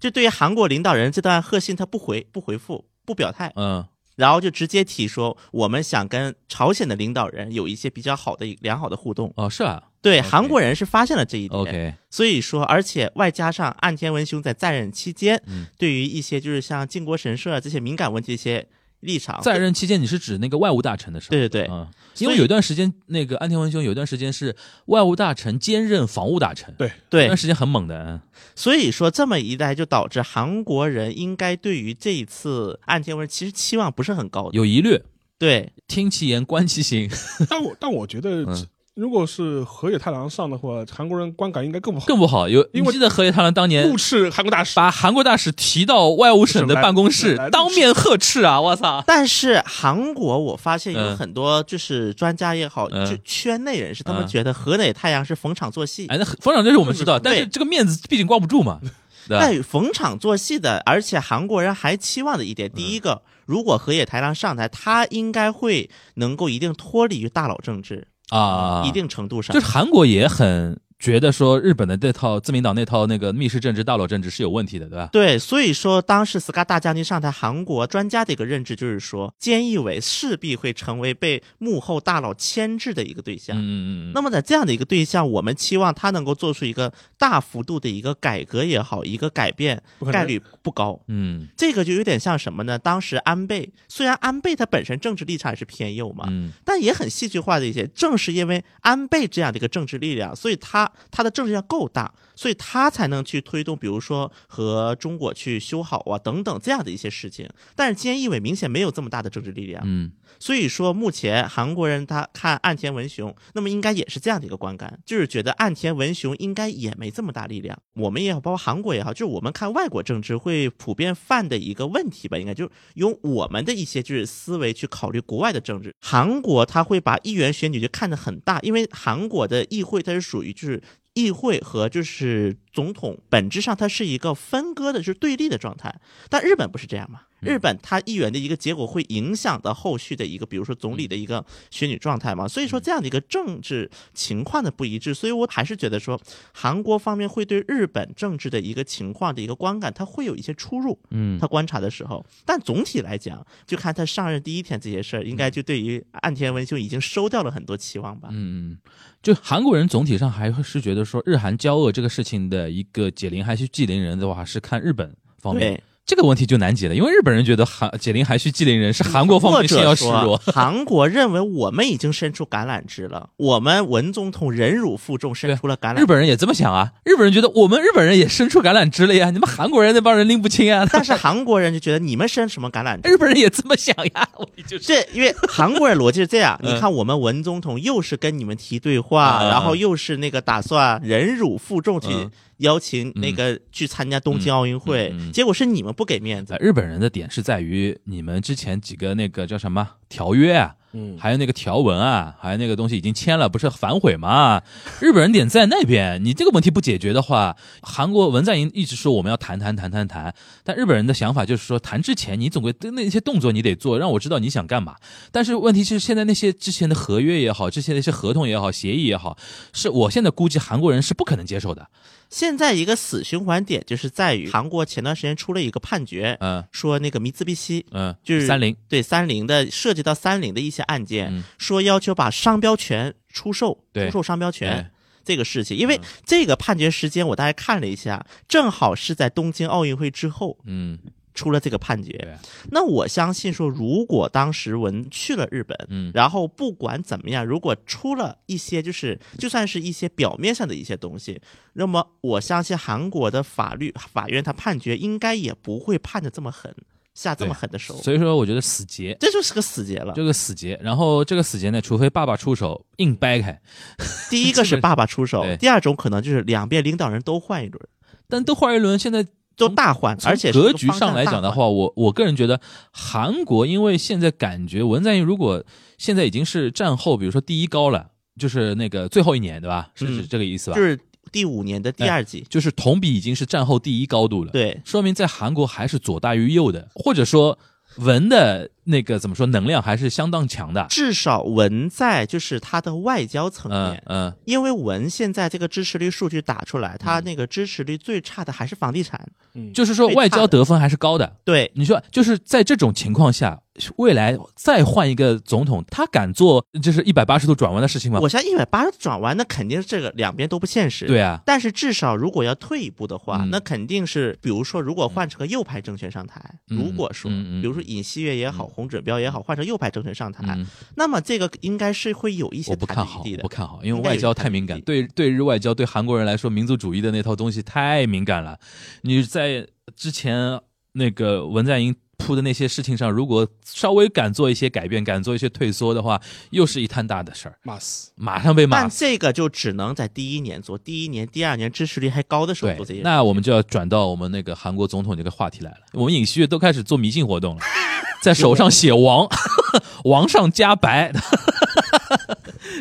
Speaker 4: 就对于韩国领导人这段贺信他不回不回复不表态。
Speaker 3: 嗯
Speaker 4: 然后就直接提说，我们想跟朝鲜的领导人有一些比较好的、良好的互动。
Speaker 3: 哦是啊
Speaker 4: 对
Speaker 3: OK
Speaker 4: 韩国人是发现了这一点
Speaker 3: ，OK，
Speaker 4: 所以说，而且外加上岸田文雄在在任期间，
Speaker 3: 嗯
Speaker 4: 对于一些就是像靖国神社啊这些敏感问题的一些立场，
Speaker 3: 在任期间你是指那个外务大臣的事儿？
Speaker 4: 对啊对对
Speaker 3: 嗯，
Speaker 4: 所以
Speaker 3: 因为有一段时间那个安田文雄有一段时间是外务大臣兼任防务大臣，
Speaker 2: 对
Speaker 3: 那
Speaker 4: 对
Speaker 3: 段，时间很猛的。嗯
Speaker 4: 所以说这么一来就导致韩国人应该对于这一次岸田文其实期望不是很高的，
Speaker 3: 有疑虑，
Speaker 4: 对，
Speaker 3: 听其言观其行，
Speaker 2: 但我但我觉得
Speaker 3: 嗯，
Speaker 2: 如果是河野太郎上的话，韩国人观感应该更不好，
Speaker 3: 更不好。有
Speaker 2: 因为
Speaker 3: 你记得河野太郎当年
Speaker 2: 怒斥韩国大使。
Speaker 3: 把韩国大使提到外务省的办公
Speaker 2: 是
Speaker 3: 室
Speaker 2: 来，
Speaker 3: 当面呵斥啊！我操，
Speaker 4: 但是韩国，我发现有
Speaker 3: 嗯
Speaker 4: 很多就是专家也好，
Speaker 3: 嗯
Speaker 4: 就圈内人士，他
Speaker 3: 嗯
Speaker 4: 们觉得河内太阳是逢场作戏。
Speaker 3: 哎，那冯长这是我们知道，
Speaker 4: 对哎
Speaker 3: 但是这个面子毕竟挂不住嘛，对吧？
Speaker 4: 但逢场作戏的，而且韩国人还期望的一
Speaker 3: 嗯
Speaker 4: 点，第一个，如果河野太郎上台，他应该会能够一定脱离于大佬政治
Speaker 3: 啊，
Speaker 4: 一定程度上
Speaker 3: 就是。韩国也很觉得说日本的这套自民党那套那个密室政治、大佬政治是有问题的，对吧？
Speaker 4: 对，所以说当时斯卡大将军上台，韩国专家的一个认知就是说，菅义伟势必会成为被幕后大佬牵制的一个对象。
Speaker 3: 嗯嗯嗯
Speaker 4: 啊那么在这样的一个对象，我们期望他能够做出一个大幅度的一个改革也好，一个改变
Speaker 2: 不可能
Speaker 4: 概率不高。
Speaker 3: 嗯
Speaker 4: 这个就有点像什么呢？当时安倍虽然安倍他本身政治立场也是偏右嘛，
Speaker 3: 嗯
Speaker 4: 但也很戏剧化的一些。正是因为安倍这样的一个政治力量，所以他他的政治力量够大，所以他才能去推动，比如说和中国去修好啊等等这样的一些事情。但是菅义伟明显没有这么大的政治力量，
Speaker 3: 嗯
Speaker 4: 所以说，目前韩国人他看岸田文雄，那么应该也是这样的一个观感，就是觉得岸田文雄应该也没这么大力量。我们也好，包括韩国也好，就是我们看外国政治会普遍犯的一个问题吧，应该就是用我们的一些就是思维去考虑国外的政治。韩国他会把议员选举就看得很大，因为韩国的议会它是属于就是。议会和就是总统本质上它是一个分割的，就是对立的状态。但日本不是这样嘛？
Speaker 3: 嗯
Speaker 4: 日本它议员的一个结果会影响到后续的一个，比如说总理
Speaker 3: 嗯
Speaker 4: 的一个选举状态嘛。所以说这样的一个政治情况的不一致，所以我还是觉得说韩国方面会对日本政治的一个情况的一个观感，它会有一些出入。
Speaker 3: 嗯
Speaker 4: 他观察的时候，但总体来讲，就看他上任第一天这些事儿，应该就对于岸田文雄已经收掉了很多期望吧。
Speaker 3: 嗯嗯，就韩国人总体上还是觉得说日韩交恶这个事情的一个解铃还须系铃人的话，是看日本方面。
Speaker 4: 对，
Speaker 3: 这个问题就难解了，因为日本人觉得韩解铃还需系铃人是韩哦国方
Speaker 4: 或
Speaker 3: 面先要
Speaker 4: 者
Speaker 3: 示
Speaker 4: 说
Speaker 3: 弱，
Speaker 4: 韩国认为我们已经伸出橄榄枝了，我们文总统忍辱负重，伸出了橄榄
Speaker 3: 日
Speaker 4: 枝。
Speaker 3: 本人也这么想啊。日本人觉得我们日本人也伸出橄榄枝了呀，你们韩国人那帮人拎不清啊。
Speaker 4: 但是韩国人就觉得你们伸什么橄榄枝？
Speaker 3: 日本人也这么想呀，我就是
Speaker 4: 这因为韩国人逻辑是这样，
Speaker 3: 嗯
Speaker 4: 你看我们文总统又是跟你们提对话，
Speaker 3: 嗯
Speaker 4: 然后又是那个打算忍辱负重去
Speaker 3: 嗯
Speaker 4: 邀请那个去参加东京奥运会
Speaker 3: 嗯嗯嗯，嗯
Speaker 4: 结果是你们不给面子
Speaker 3: 呃，日本人的点是在于你们之前几个那个叫什么条约啊，
Speaker 2: 嗯，
Speaker 3: 还有那个条文啊，还有那个东西已经签了，不是反悔吗？日本人点在那边，你这个问题不解决的话，韩国文在寅一直说我们要谈谈谈谈谈，但日本人的想法就是说，谈之前你总归那些动作你得做，让我知道你想干嘛。但是问题是，现在那些之前的合约也好，之前的一些合同也好、协议也好，是我现在估计韩国人是不可能接受的。
Speaker 4: 现在一个死循环点就是在于韩国前段时间出了一个判决，
Speaker 3: 嗯
Speaker 4: 说那个米兹必须
Speaker 3: 嗯，
Speaker 4: 就是
Speaker 3: 三菱，
Speaker 4: 对三菱的涉及到三菱的一些案件，
Speaker 3: 嗯
Speaker 4: 说要求把商标权出售，
Speaker 3: 对
Speaker 4: 出售商标权。
Speaker 3: 哎
Speaker 4: 这个事情，因为这个判决时间我大概看了一下，正好是在东京奥运会之后
Speaker 3: 嗯
Speaker 4: 出了这个判决
Speaker 3: 对。啊
Speaker 4: 那我相信说，如果当时文去了日本，
Speaker 3: 嗯
Speaker 4: 然后不管怎么样，如果出了一些就是就算是一些表面上的一些东西，那么我相信韩国的法律法院他判决应该也不会判的这么狠，下这么狠的手，
Speaker 3: 所以说我觉得死结
Speaker 4: 这就是个死结了。
Speaker 3: 这个死结，然后这个死结呢，除非爸爸出手硬掰开，
Speaker 4: 第一个是爸爸出手
Speaker 3: 对，
Speaker 4: 第二种可能就是两边领导人都换一轮，
Speaker 3: 但都换一轮，现在
Speaker 4: 都大换，
Speaker 3: 从
Speaker 4: 而且是一个
Speaker 3: 格局上来讲的
Speaker 4: 方向大换，
Speaker 3: 话，我我个人觉得韩国，因为现在感觉文在寅如果现在已经是战后，比如说第一高了，就是那个最后一年，对吧？是
Speaker 4: 嗯
Speaker 3: 指这个意思吧？
Speaker 4: 就是第五年的第二季，
Speaker 3: 就是同比已经是战后第一高度了，，
Speaker 4: 对，
Speaker 3: 说明在韩国还是左大于右的，或者说文的那个怎么说能量还是相当强的，
Speaker 4: 至少文在就是他的外交层
Speaker 3: 嗯
Speaker 4: 面，
Speaker 3: 嗯，
Speaker 4: 因为文现在这个支持率数据打出来，他那个支持率最差的还是房地产，
Speaker 3: 就是说
Speaker 4: 最
Speaker 3: 外
Speaker 4: 差
Speaker 3: 交
Speaker 4: 的
Speaker 3: 得分还是高的，
Speaker 4: 对，
Speaker 3: 你说，就是在这种情况下，未来再换一个总统，他敢做就是一百八十度转弯的事情吗？
Speaker 4: 我像一百八十转弯，那肯定是这个两边都不现实，
Speaker 3: 对。啊，
Speaker 4: 但是至少，如果要退一步的话，
Speaker 3: 嗯
Speaker 4: 那肯定是，比如说，如果换成个右派政权上台，
Speaker 3: 嗯
Speaker 4: 如果说，
Speaker 3: 嗯嗯
Speaker 4: 比如说尹锡悦也好，洪准标也好，换成右派政权上台，
Speaker 3: 嗯，
Speaker 4: 那么这个应该是会有一些
Speaker 3: 我不看
Speaker 4: 谈
Speaker 3: 好，
Speaker 4: 余
Speaker 3: 我
Speaker 4: 地
Speaker 3: 不
Speaker 4: 的。
Speaker 3: 看好，因为
Speaker 4: 应该
Speaker 3: 外
Speaker 4: 有
Speaker 3: 交
Speaker 4: 谈
Speaker 3: 太
Speaker 4: 余
Speaker 3: 敏感，
Speaker 4: 地
Speaker 3: 对对日外交对韩国人来说，民族主义的那套东西太敏感了。你在之前那个文在寅铺的那些事情上，如果稍微敢做一些改变，敢做一些退缩的话，又是一摊大的事儿，
Speaker 2: 骂死，
Speaker 3: 马上被骂
Speaker 4: 但这个就只能在第一年做，第一年、第二年支持率还高的时候
Speaker 3: 对
Speaker 4: 做这些，。
Speaker 3: 那我们就要转到我们那个韩国总统这个话题来了。我们尹锡悦都开始做迷信活动 了，在手上写王， 王上加白，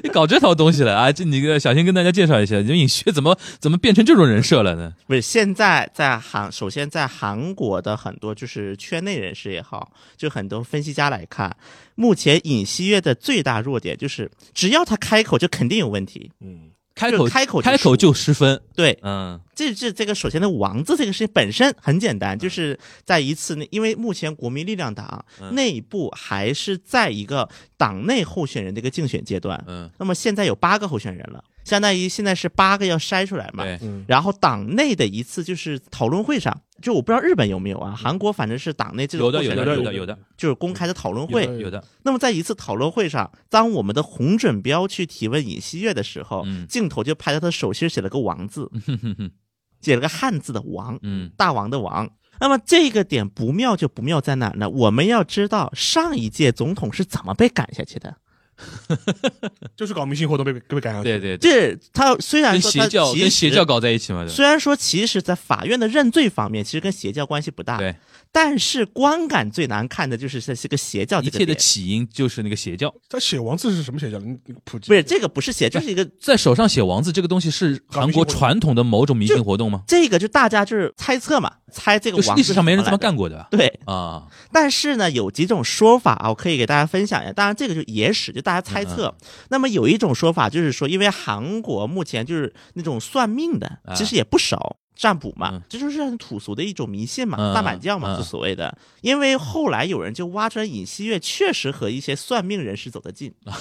Speaker 3: 你搞这套东西了啊！这你个小心跟大家介绍一下，你尹锡悦怎么怎么变成这种人设了呢？
Speaker 4: 不是现在在韩，首先在韩国的很多就是圈内人士也好，就很多分析家来看，目前尹锡悦的最大弱点就是，只要他开口就肯定有问题。
Speaker 2: 嗯，
Speaker 3: 开口
Speaker 4: 就是开口就
Speaker 3: 开口就失分，
Speaker 4: 对，
Speaker 3: 嗯
Speaker 4: 这这这个首先的“王”字这个事情本身很简单，就是在一次那，因为目前国民力量党
Speaker 3: 嗯
Speaker 4: 内部还是在一个党内候选人的一个竞选阶段，
Speaker 3: 嗯，
Speaker 4: 那么现在有八个候选人了，相当于现在是八个要筛出来嘛。
Speaker 3: 对，
Speaker 4: 然后党内的一次就是讨论会上，就我不知道日本有没有啊，韩国反正是党内这
Speaker 3: 嗯
Speaker 4: 种
Speaker 3: 有的
Speaker 4: 候选
Speaker 3: 有
Speaker 4: 人
Speaker 3: 的
Speaker 2: 有
Speaker 3: 有
Speaker 2: 的
Speaker 3: 的有的
Speaker 4: 就是公开的讨论
Speaker 2: 有
Speaker 4: 会。
Speaker 2: 的
Speaker 3: 有的，
Speaker 4: 那么在一次讨论会上，当我们的洪准标去提问尹锡悦的时候，
Speaker 3: 嗯
Speaker 4: 镜头就拍到他手心写了个“王”字， 写了个汉字的“王”，
Speaker 3: 嗯
Speaker 4: 大王的“王”。那么这个点不妙就不妙在哪呢？我们要知道上一届总统是怎么被赶下去的。
Speaker 2: 就是搞迷信活动被被被赶上去，
Speaker 3: 对对对，
Speaker 4: 这他虽然
Speaker 3: 跟
Speaker 4: 说他
Speaker 3: 邪教
Speaker 4: 其
Speaker 3: 跟邪
Speaker 4: 实
Speaker 3: 教搞在一起嘛，对吧
Speaker 4: 虽然说其实，在法院的认罪方面，其实跟邪教关系不大，
Speaker 3: 对，
Speaker 4: 但是观感最难看的就是这是个邪教
Speaker 3: 一
Speaker 4: 这个
Speaker 3: 切的
Speaker 4: 点。
Speaker 3: 起因就是那个邪教，
Speaker 2: 他写王字是什么写教？你你普及
Speaker 4: 不是这个不是邪，就是一个
Speaker 3: 在手上写王字这个东西是
Speaker 2: 搞
Speaker 3: 韩
Speaker 2: 迷信
Speaker 3: 国
Speaker 2: 活动
Speaker 3: 传统的某种迷信活动吗？
Speaker 4: 这个就大家就是猜测嘛，猜这个
Speaker 3: 就是
Speaker 4: 王
Speaker 3: 历史上没人这么
Speaker 4: 是
Speaker 3: 干过的吧
Speaker 4: 怎么来的。对，
Speaker 3: 啊，
Speaker 4: 但是呢，有几种说法啊，我可以给大家分享一下。当然，这个就野史，就大家猜
Speaker 3: 嗯
Speaker 4: 测。那么有一种说法就是说，因为韩国目前就是那种算命的
Speaker 3: 啊，
Speaker 4: 其实也不少。占卜嘛
Speaker 3: 嗯，
Speaker 4: 这就是很土俗的一种迷信
Speaker 3: 嗯
Speaker 4: 嘛，大板教
Speaker 3: 嗯
Speaker 4: 嘛，
Speaker 3: 嗯
Speaker 4: 就所谓的。因为后来有人就挖出来尹锡悦确实和一些算命人士走得近。
Speaker 3: 嗯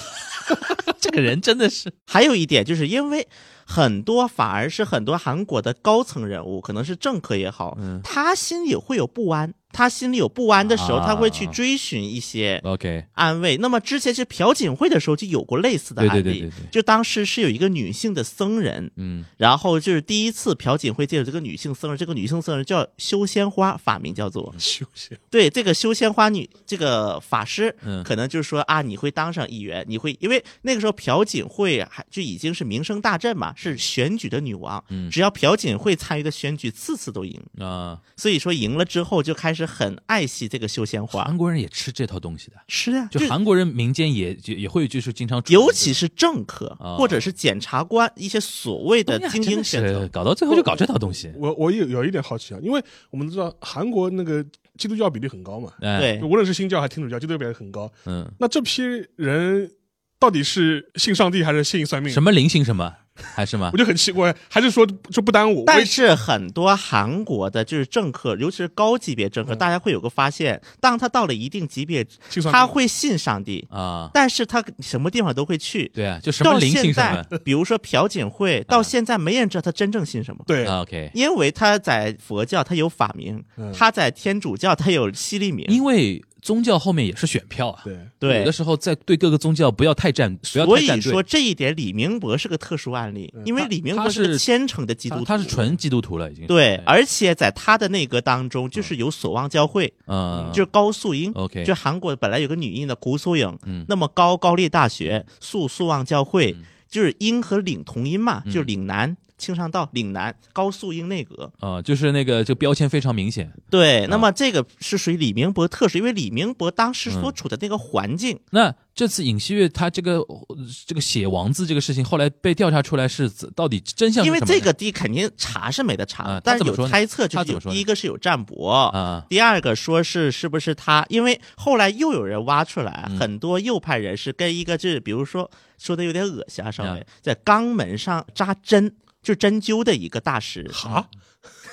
Speaker 3: 这个人真的是，
Speaker 4: 还有一点，就是因为很多反而是很多韩国的高层人物，可能是政客也好，
Speaker 3: 嗯
Speaker 4: 他心里会有不安。他心里有不安的时候，
Speaker 3: 啊
Speaker 4: 他会去追寻一些
Speaker 3: ，OK，
Speaker 4: 安慰。那么之前是朴槿惠的时候就有过类似的
Speaker 3: 对
Speaker 4: 案
Speaker 3: 对
Speaker 4: 例，
Speaker 3: 对对对，
Speaker 4: 就当时是有一个女性的僧人，
Speaker 3: 嗯
Speaker 4: 然后就是第一次朴槿惠借着这个女性僧人，这个女性僧人叫修仙花，法名叫做
Speaker 2: 休息，
Speaker 4: 对这个修仙花女这个法师，
Speaker 3: 嗯
Speaker 4: 可能就是说啊，你会当上议员，你会因为那个时候朴槿惠还就已经是名声大振嘛，是选举的女王，
Speaker 3: 嗯
Speaker 4: 只要朴槿惠参与的选举，次次都赢。
Speaker 3: 啊，
Speaker 4: 所以说赢了之后就开始很爱惜这个绣鲜花，
Speaker 3: 韩国人也吃这套东西的，
Speaker 4: 吃啊，
Speaker 3: 就韩国人民间也也也会就是经常，
Speaker 4: 尤其是政客
Speaker 3: 啊
Speaker 4: 或者是检察官一些所谓
Speaker 3: 哎
Speaker 4: 的精英选择
Speaker 3: 是，搞到最后就搞这套东西，
Speaker 2: 我我有有一点好奇啊，因为我们都知道韩国那个基督教比例很高嘛，
Speaker 3: 哎，
Speaker 4: 对
Speaker 2: 无论是新教还是天主教，基督教比例很高。
Speaker 3: 嗯，
Speaker 2: 那这批人到底是信上帝还是信算命？
Speaker 3: 什么灵性什么还是吗
Speaker 2: 我？就很奇怪，还是说这不耽误？
Speaker 4: 但
Speaker 2: 为
Speaker 4: 是很多韩国的就是政客，尤其是高级别政客，
Speaker 2: 嗯
Speaker 4: 大家会有个发现，当他到了一定级别，
Speaker 2: 信算命
Speaker 4: 他会信上帝，
Speaker 3: 啊，
Speaker 4: 但是他什么地方都会去。
Speaker 3: 对啊，就 什么
Speaker 4: 到
Speaker 3: 灵性嗯
Speaker 4: 现
Speaker 3: 什么
Speaker 4: 在， 比如说朴槿惠，到现在没人知道他真正信什么。
Speaker 2: 对
Speaker 3: 啊，OK，
Speaker 4: 因为他在佛教，他有法名
Speaker 2: 嗯；
Speaker 4: 他在天主教，他有西利名。
Speaker 3: 因为宗教后面也是选票啊，
Speaker 2: 对，
Speaker 4: 对
Speaker 3: 有的时候在对各个宗教不要太站，不要
Speaker 4: 所
Speaker 3: 太
Speaker 4: 以
Speaker 3: 站
Speaker 4: 说
Speaker 3: 队。
Speaker 4: 这一点，李明博是个特殊案例
Speaker 2: 嗯，
Speaker 4: 因为
Speaker 3: 他
Speaker 4: 李明
Speaker 3: 他
Speaker 4: 博
Speaker 3: 是
Speaker 4: 个虔诚的基督
Speaker 3: 他
Speaker 4: 徒，
Speaker 3: 他是纯基督徒了，已经
Speaker 4: 对，而且在他的那个当中，就是有所望教会，
Speaker 3: 嗯，
Speaker 4: 就是高素英。
Speaker 3: OK，
Speaker 4: 就韩国本来有个女印的胡素颖，
Speaker 3: 嗯
Speaker 4: 那么高高丽大学、素素望教会，就是英和岭同音嘛，
Speaker 3: 嗯
Speaker 4: 就是岭南、青上道、岭南、高素英内阁。
Speaker 3: 啊，就是那个就标签非常明显。
Speaker 4: 对，
Speaker 3: 嗯
Speaker 4: 那么这个是属于李明博特殊，因为李明博当时
Speaker 3: 嗯
Speaker 4: 所处的那个环境，
Speaker 3: 那这次尹锡悦他这个呃这个写王字这个事情，后来被调查出来是怎到底真相是
Speaker 4: 因为
Speaker 3: 什么呢
Speaker 4: 这个地肯定查是没得查，
Speaker 3: 啊他
Speaker 4: 但是
Speaker 3: 怎么
Speaker 4: 有
Speaker 3: 说呢
Speaker 4: 猜测，就
Speaker 3: 他
Speaker 4: 是
Speaker 3: 怎
Speaker 4: 有
Speaker 3: 么说呢
Speaker 4: 第一个是有占卜，
Speaker 3: 啊
Speaker 4: 第二个说是是不是他？因为后来又有人挖出来，
Speaker 3: 嗯
Speaker 4: 很多右派人士跟一个就是，比如说说的有点恶心啊，稍微
Speaker 3: 嗯
Speaker 4: 在肛门上扎针，就针灸的一个大师，
Speaker 2: 哈，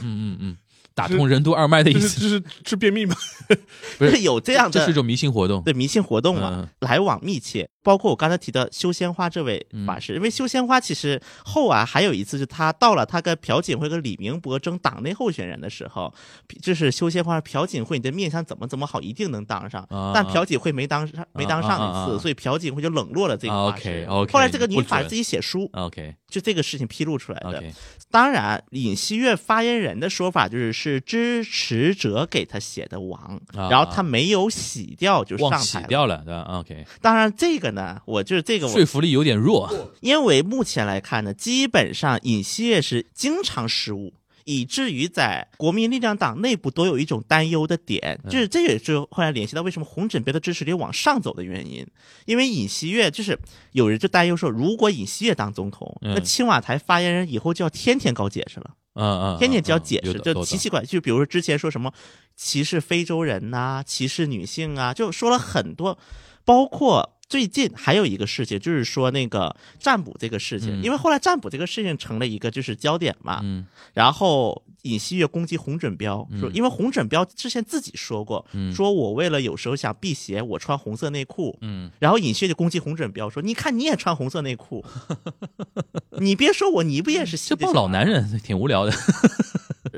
Speaker 3: 嗯嗯嗯，打通任督二脉的意
Speaker 2: 这
Speaker 3: 思，
Speaker 2: 是这是治便秘吗？
Speaker 3: 不是
Speaker 4: 是 有这样
Speaker 3: 这是一
Speaker 4: 的
Speaker 3: 种啊迷信活动。嗯
Speaker 4: 对迷信活动嘛，来往密切。包括我刚才提到修仙花这位
Speaker 3: 嗯
Speaker 4: 法师，因为修仙花其实后啊还有一次，就他到了他跟朴槿惠跟李明博争党内候选人的时候，就是修仙花朴槿惠你的面相怎么怎么好，一定能当上
Speaker 3: 啊，
Speaker 4: 但朴槿惠没当上，没当上
Speaker 3: 啊
Speaker 4: 一
Speaker 3: 啊啊啊啊
Speaker 4: 次，所以朴槿惠就冷落了这个法师。
Speaker 3: OK，OK，
Speaker 4: 后来这个
Speaker 3: 你
Speaker 4: 女
Speaker 3: 不
Speaker 4: 法师
Speaker 3: 准
Speaker 4: 自己写书，
Speaker 3: OK
Speaker 4: 就这个事情披露出来的。
Speaker 3: OK，
Speaker 4: 当然，尹锡悦发言人的说法就是是支持者给他写的王，
Speaker 3: 啊
Speaker 4: 然后他没有洗掉就上
Speaker 3: 忘洗
Speaker 4: 台了。
Speaker 3: 掉了，对吧？OK，
Speaker 4: 当然，这个呢，我就是这个我
Speaker 3: 说服力有点弱。
Speaker 4: 因为目前来看呢，基本上尹锡悦是经常失误。以至于在国民力量党内部都有一种担忧的点，就是这也是后来联系到为什么洪准标的支持率往上走的原因，因为尹锡悦就是有人就担忧说，如果尹锡悦当总统，
Speaker 3: 嗯
Speaker 4: 那青瓦台发言人以后就要天天搞解释了，
Speaker 3: 嗯嗯，
Speaker 4: 天天就要
Speaker 3: 嗯
Speaker 4: 解
Speaker 3: 有的
Speaker 4: 释，就
Speaker 3: 有的
Speaker 4: 奇奇怪，就比如说之前说什么歧视非洲人呐、歧视女性啊，就说了很多，包括最近还有一个事情，就是说那个占卜这个事情，
Speaker 3: 嗯
Speaker 4: 因为后来占卜这个事情成了一个就是焦点嘛，
Speaker 3: 嗯
Speaker 4: 然后尹锡悦攻击洪准标，说因为洪准标之前自己说过，说我为了有时候想辟邪，我穿红色内裤，
Speaker 3: 嗯
Speaker 4: 然后尹锡悦就攻击洪准标说，你看你也穿红色内裤， 你别说我，你不也是
Speaker 3: 这帮老男人挺无 聊的。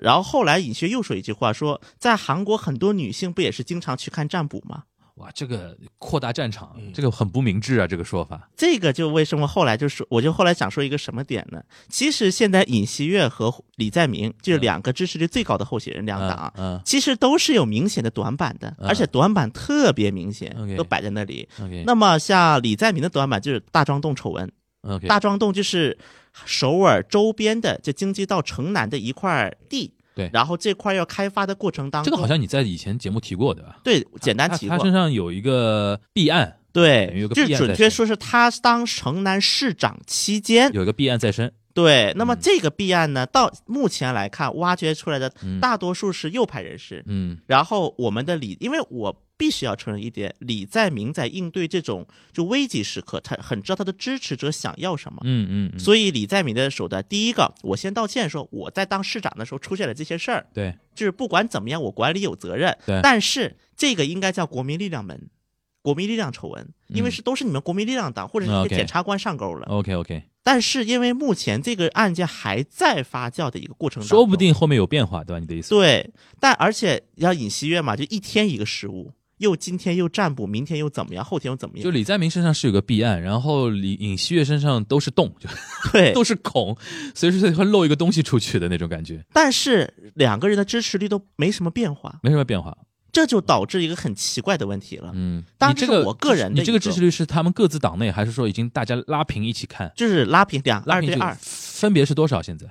Speaker 4: 然后后来尹雪又说一句话说，在韩国很多女性不也是经常去看占卜吗？
Speaker 3: 哇，这个扩大战场，
Speaker 4: 嗯
Speaker 3: 这个很不明智啊，这个说法。
Speaker 4: 这个就为什么后来就说，我就后来想说一个什么点呢？其实现在尹锡悦和李在明就是两个支持率最高的候选人，两党。啊
Speaker 3: 嗯
Speaker 4: 其实都是有明显的短板的，
Speaker 3: 嗯
Speaker 4: 而且短板特别明显
Speaker 3: OK，
Speaker 4: 都摆在那里。
Speaker 3: 嗯，OK，
Speaker 4: 那么像李在明的短板就是大庄洞丑闻，
Speaker 3: 嗯 OK，
Speaker 4: 大庄洞就是首尔周边的，就京畿道城南的一块地。
Speaker 3: 对
Speaker 4: 然后这块要开发的过程当
Speaker 3: 这
Speaker 4: 中，
Speaker 3: 个好像你在以前节目提过对吧？
Speaker 4: 对简单
Speaker 3: 他
Speaker 4: 提
Speaker 3: 他
Speaker 4: 过，
Speaker 3: 身上有一个弊案，等于有
Speaker 4: 对，
Speaker 3: 个
Speaker 4: 就是
Speaker 3: 弊案
Speaker 4: 准
Speaker 3: 在
Speaker 4: 确
Speaker 3: 身
Speaker 4: 说是他当城南市长期间，
Speaker 3: 有一个嗯弊案在身。
Speaker 4: 对。那么这个弊案呢，到目前来看，挖掘出来的大多数是右派人士。
Speaker 3: 嗯
Speaker 4: 然后我们的李，因为我必须要承认一点，李在明在应对这种就危急时刻，他很知道他的支持者想要什么。
Speaker 3: 嗯嗯嗯，
Speaker 4: 所以李在明的手段，第一个，我先道歉，说我在当市长的时候出现了这些事儿，
Speaker 3: 对，
Speaker 4: 就是不管怎么样，我管理有责任。
Speaker 3: 对
Speaker 4: 但是这个应该叫国民力量门，国民力量丑闻，因为是都是你们国民力量党或者是
Speaker 3: 嗯
Speaker 4: 一
Speaker 3: ，OK 哦
Speaker 4: 些检察官上钩了。
Speaker 3: OK OK，
Speaker 4: 但是因为目前这个案件还在发酵的一个过程当中，
Speaker 3: 说不定后面有变化，对吧？你的意思？
Speaker 4: 对，但而且要尹锡悦嘛，就一天一个失误，又今天又占卜，明天又怎么样，后天又怎么
Speaker 3: 就
Speaker 4: 样，
Speaker 3: 李在明身上是有个弊案，然后李尹锡悦身上都是洞，就
Speaker 4: 对，
Speaker 3: 都是孔，随时随地会漏一个东西出去的那种感觉，
Speaker 4: 但是两个人的支持率都没什么变化，
Speaker 3: 没什么变化。
Speaker 4: 这就导致一个很奇怪的问题了。
Speaker 3: 嗯，
Speaker 4: 当
Speaker 3: 你
Speaker 4: 然
Speaker 3: 这
Speaker 4: 这是
Speaker 3: 个
Speaker 4: 我个人的
Speaker 3: 你这个
Speaker 4: 一个
Speaker 3: 支持率是他们各自党内，还是说已经大家拉平一起看？
Speaker 4: 就是拉平两
Speaker 3: 拉
Speaker 4: 二
Speaker 3: 平
Speaker 4: 对
Speaker 3: 这个
Speaker 4: 二，
Speaker 3: 分别是多少？现在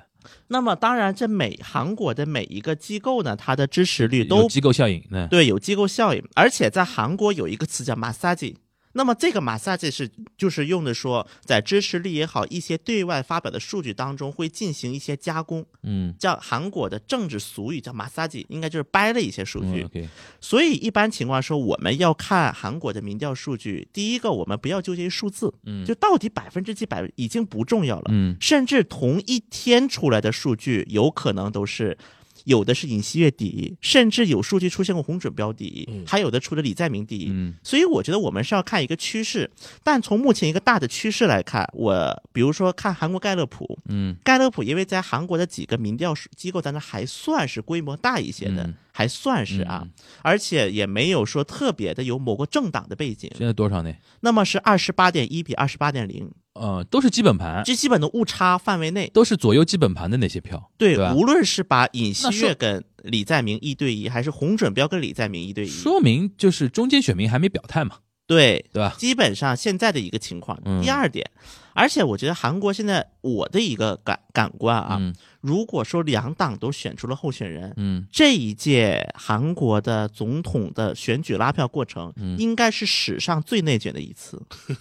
Speaker 4: 那么当然，这每韩国的每一个机构呢，它的支持率
Speaker 3: 有
Speaker 4: 都
Speaker 3: 机构效应，嗯，
Speaker 4: 对有机构效应，而且在韩国有一个词叫 massage。那么这个 massage 是就是用的说，在支持率也好，一些对外发表的数据当中会进行一些加工，
Speaker 3: 嗯，
Speaker 4: 叫韩国的政治俗语叫 massage，应该就是掰了一些数
Speaker 3: 嗯
Speaker 4: 据。
Speaker 3: ，OK，
Speaker 4: 所以一般情况说，我们要看韩国的民调数据，第一个我们不要纠结于数字，
Speaker 3: 嗯
Speaker 4: 就到底百分之几百已经不重要了，
Speaker 3: 嗯
Speaker 4: 甚至同一天出来的数据，有可能都是。有的是尹锡悦第一，甚至有数据出现过红准标第一，还有的出的李在明第一。
Speaker 3: 嗯
Speaker 4: 所以我觉得我们是要看一个趋势，但从目前一个大的趋势来看，我比如说看韩国盖勒普，
Speaker 3: 嗯
Speaker 4: 盖勒普因为在韩国的几个民调机构当中还算是规模大一些的，
Speaker 3: 嗯
Speaker 4: 还算是啊，
Speaker 3: 嗯
Speaker 4: 而且也没有说特别的有某个政党的背景，
Speaker 3: 现在多少呢？
Speaker 4: 那么是二十八点一比二十八点零，
Speaker 3: 呃，都是基本盘，
Speaker 4: 这基本的误差范围内。
Speaker 3: 都是左右基本盘的那些票，
Speaker 4: 对，
Speaker 3: 吧？
Speaker 4: 无论是把尹
Speaker 3: 那
Speaker 4: 锡
Speaker 3: 说
Speaker 4: 悦跟李在明一对一，还是洪准标跟李在明一对一，
Speaker 3: 说明就是中间选民还没表态嘛，
Speaker 4: 对
Speaker 3: 对吧？
Speaker 4: 基本上现在的一个情况。
Speaker 3: 嗯
Speaker 4: 第二点，而且我觉得韩国现在我的一个感感官啊，
Speaker 3: 嗯
Speaker 4: 如果说两党都选出了候选人，
Speaker 3: 嗯
Speaker 4: 这一届韩国的总统的选举拉票过程，
Speaker 3: 嗯
Speaker 4: 应该是史上最内卷的一次。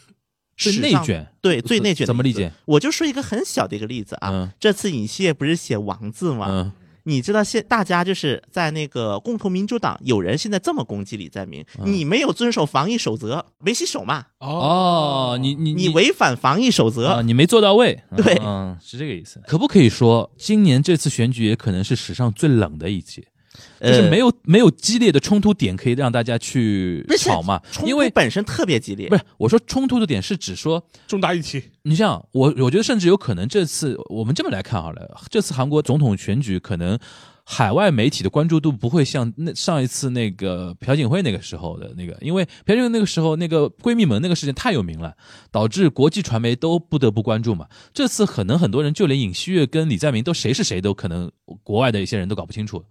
Speaker 3: 最
Speaker 4: 史
Speaker 3: 内
Speaker 4: 上
Speaker 3: 卷，
Speaker 4: 对最内卷的一次
Speaker 3: 怎么理解？
Speaker 4: 我就说一个很小的一个例子啊，
Speaker 3: 嗯
Speaker 4: 这次尹锡悦不是写王字吗？
Speaker 3: 嗯
Speaker 4: 你知道现大家就是在那个共同民主党，有人现在这么攻击李在明，
Speaker 3: 嗯
Speaker 4: 你没有遵守防疫守则，没洗手嘛，
Speaker 2: 啊
Speaker 3: 哦，你你
Speaker 4: 你违反防疫守则。
Speaker 3: 啊，你没做到位，
Speaker 4: 对
Speaker 3: 嗯，是这个意思。可不可以说，今年这次选举也可能是史上最冷的一届，就是
Speaker 4: 呃
Speaker 3: 没有没有激烈的冲突点可以让大家去
Speaker 4: 不是
Speaker 3: 吵嘛？
Speaker 4: 呃冲突
Speaker 3: 因为
Speaker 4: 本身特别激烈，
Speaker 3: 不是我说冲突的点是指说，
Speaker 2: 重大议题，
Speaker 3: 你像我，我觉得甚至有可能这次我们这么来看好了，这次韩国总统选举可能海外媒体的关注度不会像那上一次那个朴槿惠那个时候的那个，因为朴槿惠那个时候那个闺蜜门那个事件太有名了，导致国际传媒都不得不关注嘛。这次可能很多人就连尹锡悦跟李在明都谁是谁都可能国外的一些人都搞不清楚。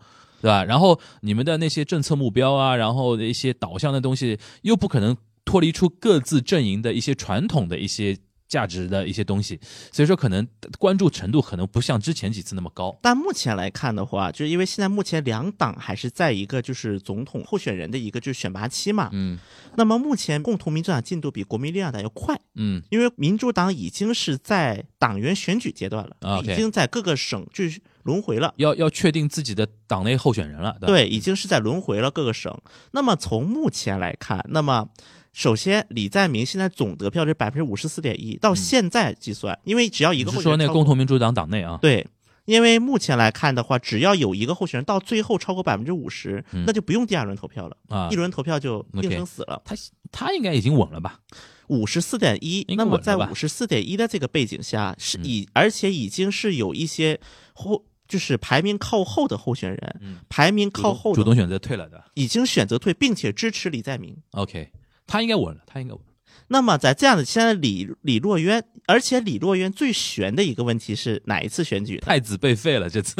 Speaker 3: 对吧？然后你们的那些政策目标啊，然后的一些导向的东西，又不可能脱离出各自阵营的一些传统的一些价值的一些东西，所以说可能关注程度可能不像之前几次那么高。
Speaker 4: 但目前来看的话，就是因为现在目前两党还是在一个就是总统候选人的一个就是选拔期嘛。
Speaker 3: 嗯
Speaker 4: 那么目前共同民主党进度比国民力量党要快，
Speaker 3: 嗯
Speaker 4: 因为民主党已经是在党员选举阶段了，
Speaker 3: 啊，OK
Speaker 4: 已经在各个省去轮回了。
Speaker 3: 要要确定自己的党内候选人了，对吧？
Speaker 4: 对，已经是在轮回了各个省。那么从目前来看，那么首先李在明现在总得票是百分之五十四点一，到现在计算，因为只要一
Speaker 3: 嗯你
Speaker 4: 个
Speaker 3: 是
Speaker 4: 候选
Speaker 3: 说
Speaker 4: 人
Speaker 3: 那个
Speaker 4: 超过
Speaker 3: 共同民主党党内啊？
Speaker 4: 对，因为目前来看的话，只要有一个候选人到最后超过百分之五十，那就不用第二轮投票了，
Speaker 3: 嗯啊
Speaker 4: 一，轮投票就
Speaker 3: OK
Speaker 4: 定生死了。
Speaker 3: 他他应该已经稳了吧？
Speaker 4: 五十四点一，
Speaker 3: 应该
Speaker 4: 那么
Speaker 3: 稳了
Speaker 4: 在
Speaker 3: 吧嗯
Speaker 4: 五十四点一的这个背景下，是已、而且已经是有一些后。就是排名靠后的候选人，
Speaker 3: 嗯
Speaker 4: 排名靠后
Speaker 3: 主
Speaker 4: 的
Speaker 3: 动选择退了的。
Speaker 4: 已经选择退，并且支持李在明。
Speaker 3: OK，他应该稳了，他应该稳了。
Speaker 4: 那么在这样的现在李李洛渊，而且李洛渊最悬的一个问题是哪一次选举呢？
Speaker 3: 太子被废了这次。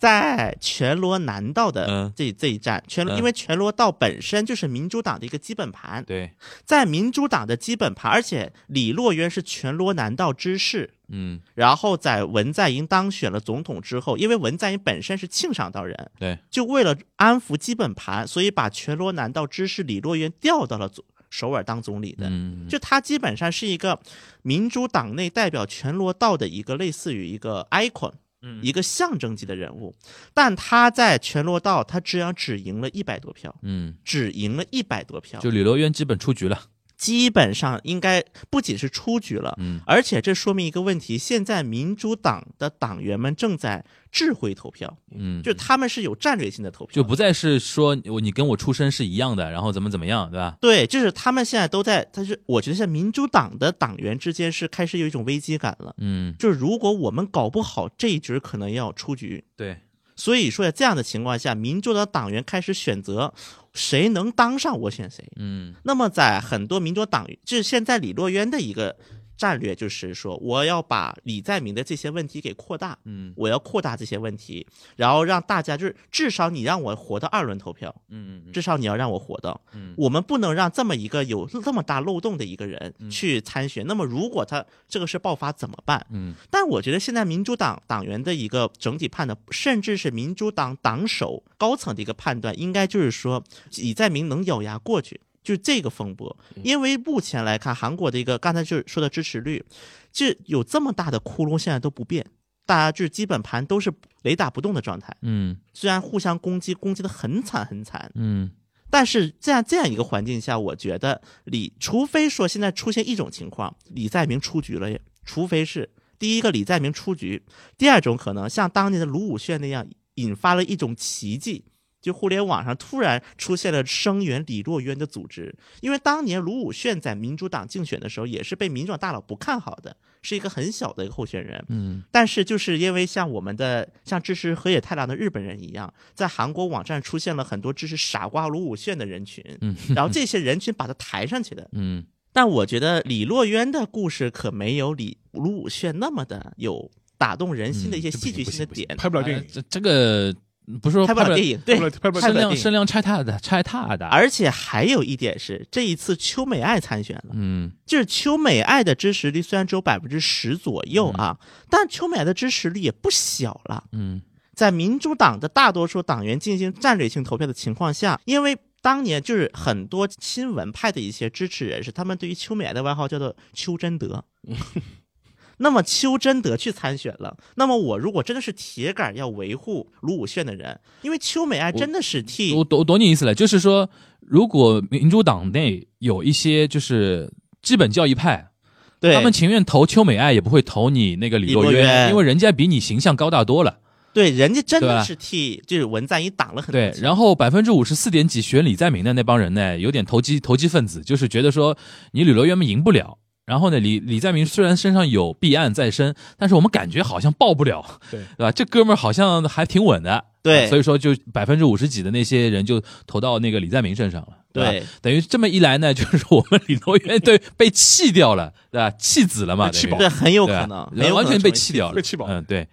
Speaker 4: 在全罗南道的
Speaker 3: 嗯
Speaker 4: 这、这一站，全罗、
Speaker 3: 嗯
Speaker 4: 因为全罗道本身就是民主党的一个基本 盘，
Speaker 3: 对，
Speaker 4: 在民主党的基本盘，而且李洛渊是全罗南道知事。
Speaker 3: 嗯，
Speaker 4: 然后在文在寅当选了总统之后，因为文在寅本身是庆尚道人，
Speaker 3: 对，
Speaker 4: 就为了安抚基本盘，所以把全罗南道知事李洛渊调到了总首尔当总理的。
Speaker 3: 嗯，
Speaker 4: 就他基本上是一个民主党内代表全罗道的一个类似于一个 icon，一
Speaker 3: 嗯
Speaker 4: 个象征级的人物。但他在全罗道，他只要只赢了一百多票，
Speaker 3: 嗯，
Speaker 4: 只赢了一百多票，
Speaker 3: 就李罗渊基本出局了。
Speaker 4: 基本上应该不仅是出局了，
Speaker 3: 嗯
Speaker 4: 而且这说明一个问题：现在民主党的党员们正在智慧投票，
Speaker 3: 嗯，
Speaker 4: 就他们是有战略性的投票，
Speaker 3: 就不再是说我你跟我出身是一样的，然后怎么怎么样，对吧？
Speaker 4: 对，就是他们现在都在，他是我觉得现在民主党的党员之间是开始有一种危机感了。
Speaker 3: 嗯，
Speaker 4: 就是如果我们搞不好这一局，可能要出局。
Speaker 3: 对，
Speaker 4: 所以说，在这样的情况下，民主党党员开始选择谁能当上，我选谁。
Speaker 3: 嗯
Speaker 4: 那么，在很多民主党，这是现在李洛渊的一个战略就是说，我要把李在明的这些问题给扩大，
Speaker 3: 嗯
Speaker 4: 我要扩大这些问题，然后让大家就是至少你让我活到二轮投票，
Speaker 3: 嗯嗯
Speaker 4: 至少你要让我活到，
Speaker 3: 嗯
Speaker 4: 我们不能让这么一个有这么大漏洞的一个人
Speaker 3: 嗯
Speaker 4: 去参选。那么如果他这个事爆发怎么办？
Speaker 3: 嗯
Speaker 4: 但我觉得现在民主党党员的一个整体判断，甚至是民主党党首高层的一个判断，应该就是说，李在明能咬牙过去，就是这个风波。因为目前来看，韩国的一个刚才就是说的支持率，就有这么大的窟窿，现在都不变，大家就是基本盘都是雷打不动的状态。
Speaker 3: 嗯
Speaker 4: 虽然互相攻击，攻击的很惨很惨，
Speaker 3: 嗯
Speaker 4: 但是在这样一个环境下，我觉得李，除非说现在出现一种情况，李在明出局了，除非是第一个李在明出局，第二种可能像当年的卢武铉那样，引发了一种奇迹。就互联网上突然出现了声援李洛渊的组织，因为当年卢武铉在民主党竞选的时候，也是被民主党大佬不看好的，是一个很小的一个候选人。
Speaker 3: 嗯
Speaker 4: 但是就是因为像我们的像支持河野太郎的日本人一样，在韩国网站出现了很多支持傻瓜卢武铉的人群，
Speaker 3: 嗯
Speaker 4: 然后这些人群把他抬上去的。
Speaker 3: 嗯
Speaker 4: 但我觉得李洛渊的故事可没有李卢武铉那么的有打动人心的一些
Speaker 3: 嗯这不
Speaker 4: 戏
Speaker 3: 行
Speaker 4: 剧
Speaker 3: 不
Speaker 4: 性
Speaker 3: 行不
Speaker 4: 的
Speaker 3: 行
Speaker 4: 点，
Speaker 2: 拍不了电影，
Speaker 3: 哎这这个不是说
Speaker 4: 拍不
Speaker 3: 不
Speaker 4: 了电影，对
Speaker 2: 拍不了拍不了
Speaker 4: 拍
Speaker 3: 声
Speaker 4: 不了
Speaker 3: 量
Speaker 4: 电影
Speaker 3: 声。量拆大的拆大的，
Speaker 4: 而且还有一点是，这一次秋美爱参选了，
Speaker 3: 嗯
Speaker 4: 就是秋美爱的支持率虽然只有百分之十左右啊，但秋美爱的支持率也不小了。
Speaker 3: 嗯
Speaker 4: 在民主党的大多数党员进行战略性投票的情况下，因为当年就是很多亲文派的一些支持人士，他们对于丘美爱的外号叫做丘真德。
Speaker 3: 嗯
Speaker 4: 那么丘真德去参选了，那么我如果真的是铁杆要维护卢武铉的人，因为丘美爱真的是替
Speaker 3: 我懂我懂你意思了，就是说，如果民主党内有一些就是基本教义派，
Speaker 4: 对
Speaker 3: 他们情愿投邱美爱，也不会投你那个李
Speaker 4: 李
Speaker 3: 洛
Speaker 4: 洛渊
Speaker 3: 因为人家比你形象高大多了。
Speaker 4: 对人家真
Speaker 3: 对
Speaker 4: 的
Speaker 3: 吧
Speaker 4: 是替就是文在寅挡了很多
Speaker 3: 对，
Speaker 4: 钱
Speaker 3: 然后百分之五十四点几选李在明的那帮人呢，有点投机投机分子，就是觉得说你李洛渊们赢不了。然后呢，李李在明虽然身上有弊案在身，但是我们感觉好像爆不了，
Speaker 2: 对
Speaker 3: 对吧？这哥们儿好像还挺稳的，
Speaker 4: 对
Speaker 3: 啊所以说就百分之五十几的那些人就投到那个李在明身上了，吧
Speaker 4: 对
Speaker 3: 等于这么一来呢， 就是我们李洛渊对被弃掉了，对吧？弃子了嘛，
Speaker 2: 被弃
Speaker 3: 等于
Speaker 2: 保
Speaker 4: 对很有
Speaker 3: 对
Speaker 4: 可
Speaker 3: 吧
Speaker 4: 能，
Speaker 3: 对
Speaker 4: 很有
Speaker 3: 完
Speaker 4: 可能
Speaker 3: 全被
Speaker 4: 成为
Speaker 3: 弃掉了，
Speaker 2: 被弃保
Speaker 3: 嗯，对，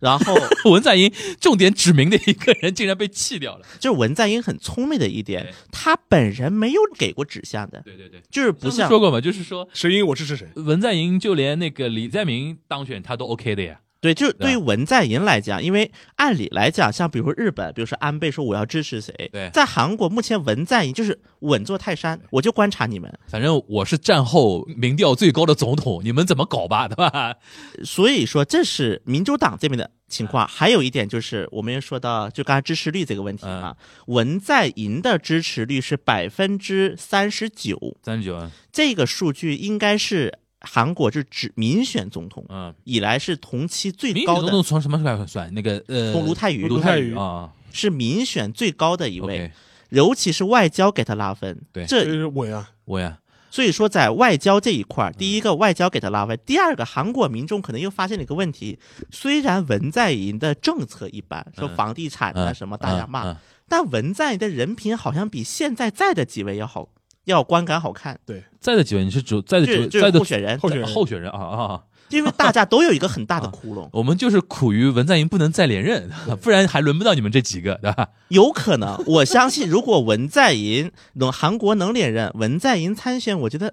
Speaker 4: 然后
Speaker 3: 文在寅重点指明的一个人竟然被弃掉了，
Speaker 4: 就是文在寅很聪明的一点
Speaker 3: 对，
Speaker 4: 他本人没有给过指向的，
Speaker 3: 对对对，
Speaker 4: 就是
Speaker 3: 不
Speaker 4: 不
Speaker 3: 是
Speaker 4: 像
Speaker 3: 说过嘛，就是说
Speaker 2: 谁赢我支持谁。
Speaker 3: 文在寅就连那个李在明当选他都 OK 的呀，
Speaker 4: 对，就是
Speaker 3: 对啊
Speaker 4: 对于文在寅来讲，因为按理来讲，像比如说日本，比如说安倍说我要支持谁，
Speaker 3: 对
Speaker 4: 在韩国目前文在寅就是稳坐泰山，我就观察你们，
Speaker 3: 反正我是战后民调最高的总统，你们怎么搞吧，对吧？
Speaker 4: 所以说这是民主党这边的
Speaker 3: 嗯
Speaker 4: 情况。还有一点就是我们说到就刚才支持率这个问题啊，
Speaker 3: 嗯
Speaker 4: 文在寅的支持率是百分之三十九，
Speaker 3: 三十九，
Speaker 4: 这个数据应该是韩国是指民选总统
Speaker 3: 嗯，
Speaker 4: 以来是同期最
Speaker 3: 民选
Speaker 4: 高
Speaker 3: 总统
Speaker 4: 的，
Speaker 3: 从什么时候开始算？那个呃，
Speaker 4: 从卢泰愚
Speaker 3: 卢
Speaker 2: 泰
Speaker 3: 泰
Speaker 2: 愚
Speaker 3: 愚啊
Speaker 4: 是民选最高的一位。
Speaker 3: ，OK，
Speaker 4: 尤其是外交给他拉分，
Speaker 3: 对
Speaker 2: 这
Speaker 4: 这
Speaker 2: 是稳啊，
Speaker 3: 我呀，
Speaker 4: 所以说在外交这一
Speaker 3: 嗯
Speaker 4: 块儿，第一个外交给他拉分，第二个韩国民众可能又发现了一个问题，虽然文在寅的政策一般，说
Speaker 3: 嗯
Speaker 4: 房地产啊
Speaker 3: 嗯，
Speaker 4: 什么大家
Speaker 3: 嗯
Speaker 4: 骂，
Speaker 3: 嗯
Speaker 4: 但文在寅的人品好像比现在在的几位要好，要观感好看，
Speaker 3: 在的几位你是主在的
Speaker 4: 这
Speaker 3: 主
Speaker 4: 这
Speaker 3: 在
Speaker 4: 是
Speaker 3: 的
Speaker 4: 候选人，
Speaker 2: 候选人
Speaker 3: 候选人啊啊！
Speaker 4: 因为大家都有一个很大的窟窿，
Speaker 3: 我们就是苦于文在寅不能再连 任，啊不然还轮不到你们这几个，对吧？
Speaker 4: 有可能，我相信如果文在寅能韩国能连任，文在寅参选，我觉得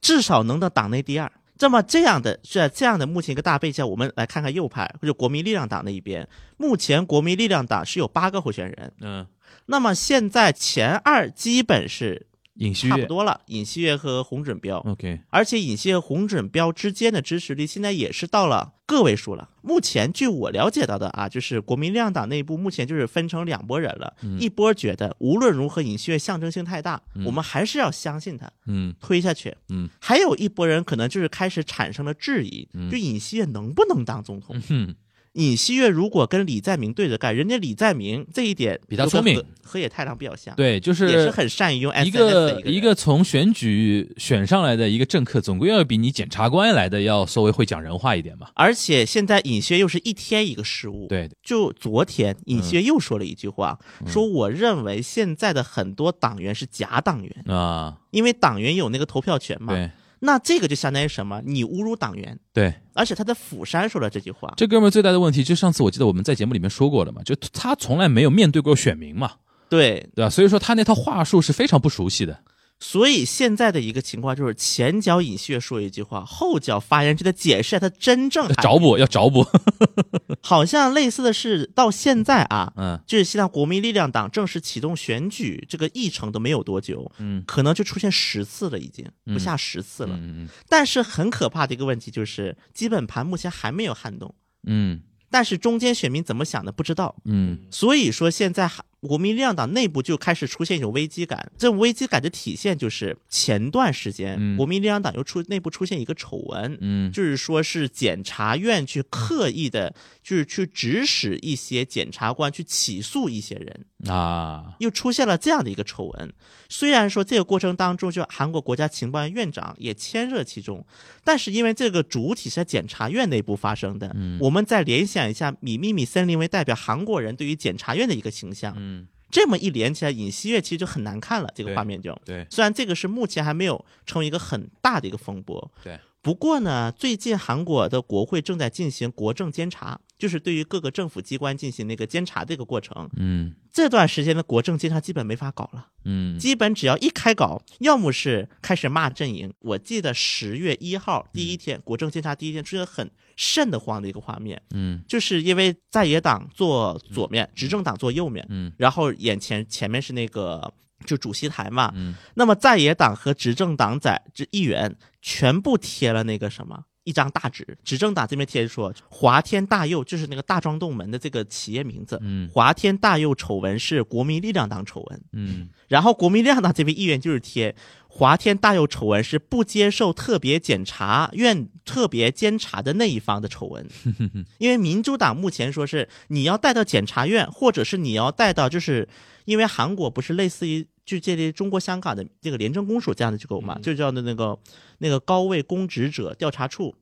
Speaker 4: 至少能到党内第二。这么这样的是这样的，目前一个大背景，我们来看看右派或者国民力量党那一边。目前国民力量党是有八个候选人，
Speaker 3: 嗯，
Speaker 4: 那么现在前二基本是
Speaker 3: 尹锡
Speaker 4: 差不
Speaker 3: 悦
Speaker 4: 多了，尹锡悦和洪准标。
Speaker 3: ，OK，
Speaker 4: 而且尹锡悦、洪准标之间的支持率现在也是到了个位数了。目前据我了解到的啊，就是国民力量党内部目前就是分成两拨人了，
Speaker 3: 嗯
Speaker 4: 一波觉得无论如何尹锡悦象征性太大，我们还是要相信他。
Speaker 3: 嗯
Speaker 4: 推下去，
Speaker 3: 嗯，
Speaker 4: 还有一拨人可能就是开始产生了质疑，
Speaker 3: 嗯
Speaker 4: 就尹锡悦能不能当总统？
Speaker 3: 哼，
Speaker 4: 尹锡悦如果跟李在明对着干，人家李在明这一点
Speaker 3: 比他聪明
Speaker 4: 就跟河，河野太郎比较像，，
Speaker 3: 对，就
Speaker 4: 也是
Speaker 3: 是
Speaker 4: 很善于用 SNS
Speaker 3: 一
Speaker 4: 的
Speaker 3: 个
Speaker 4: 一个
Speaker 3: 一
Speaker 4: 人
Speaker 3: 个从选举选上来的一个政客，总归要比你检察官来的要稍微会讲人话一点嘛。
Speaker 4: 而且现在尹锡悦又是一天一个失误，
Speaker 3: 对，
Speaker 4: 就昨天，
Speaker 3: 嗯
Speaker 4: 尹锡悦又说了一句话，说我认为现在的很多党员是假党员，
Speaker 3: 啊，
Speaker 4: 因为党员有那个投票权嘛。
Speaker 3: 对，
Speaker 4: 那这个就相当于什么？你侮辱党员，
Speaker 3: 对，
Speaker 4: 而且他在釜山说了这句话，
Speaker 3: 这哥们儿最大的问题，就上次我记得我们在节目里面说过了嘛，就他从来没有面对过选民嘛，
Speaker 4: 对，
Speaker 3: 对吧？所以说他那套话术是非常不熟悉的。
Speaker 4: 所以现在的一个情况就是前脚尹锡悦说一句话，后脚发言人就在解释他真正
Speaker 3: 要找补，要找补。
Speaker 4: 好像类似的是到现在啊，
Speaker 3: 嗯，
Speaker 4: 就是希腊国民力量党正式启动选举这个议程都没有多久，
Speaker 3: 嗯，
Speaker 4: 可能就出现十次了，已经不下十次了。
Speaker 3: 嗯嗯
Speaker 4: 但是很可怕的一个问题就是，基本盘目前还没有撼动，
Speaker 3: 嗯
Speaker 4: 但是中间选民怎么想的不知道，
Speaker 3: 嗯
Speaker 4: 所以说现在韩国民力量党内部就开始出现一种危机感。这种危机感的体现就是前段时间、
Speaker 3: 嗯
Speaker 4: 国民力量党又出内部出现一个丑闻，
Speaker 3: 嗯
Speaker 4: 就是说是检察院去刻意的，就是去指使一些检察官去起诉一些人，
Speaker 3: 嗯啊，
Speaker 4: 又出现了这样的一个丑闻。虽然说这个过程当中，就韩国国家情报院院长也牵涉其中，但是因为这个主体是在检察院内部发生的，
Speaker 3: 嗯
Speaker 4: 我们再联想一下米秘密森林为代表韩国人对于检察院的一个形象，
Speaker 3: 嗯，
Speaker 4: 这么一连起来，尹锡悦其实就很难看了，这个
Speaker 3: 对
Speaker 4: 画面就。
Speaker 3: 对，
Speaker 4: 虽然这个是目前还没有成为一个很大的一个风波，
Speaker 3: 对。
Speaker 4: 不过呢，最近韩国的国会正在进行国政监察，就是对于各个政府机关进行那个监察的一个过程。
Speaker 3: 嗯
Speaker 4: 这段时间的国政监察基本没法搞了，
Speaker 3: 嗯
Speaker 4: 基本只要一开搞，要么是开始骂阵营。我记得十月一号第一天，国政监察第一天出现很瘆得慌的一个画面，
Speaker 3: 嗯
Speaker 4: 就是因为在野党坐左面，执政党坐右面，
Speaker 3: 嗯
Speaker 4: 然后眼前前面是那个就主席台嘛，
Speaker 3: 嗯
Speaker 4: 那么在野党和执政党在这议员全部贴了那个什么一张大纸，执政党这边贴说华天大佑就是那个大庄洞门的这个企业名字，
Speaker 3: 嗯
Speaker 4: 华天大佑丑闻是国民力量党丑闻，
Speaker 3: 嗯
Speaker 4: 然后国民力量党这边议员就是贴华天大佑丑闻是不接受特别检察院特别监察的那一方的丑闻，因为民主党目前说是你要带到检察院，或者是你要带到就是因为韩国不是类似于。就这类中国香港的这个廉政公署这样的机构嘛，就叫的那个那个高位公职者调查处。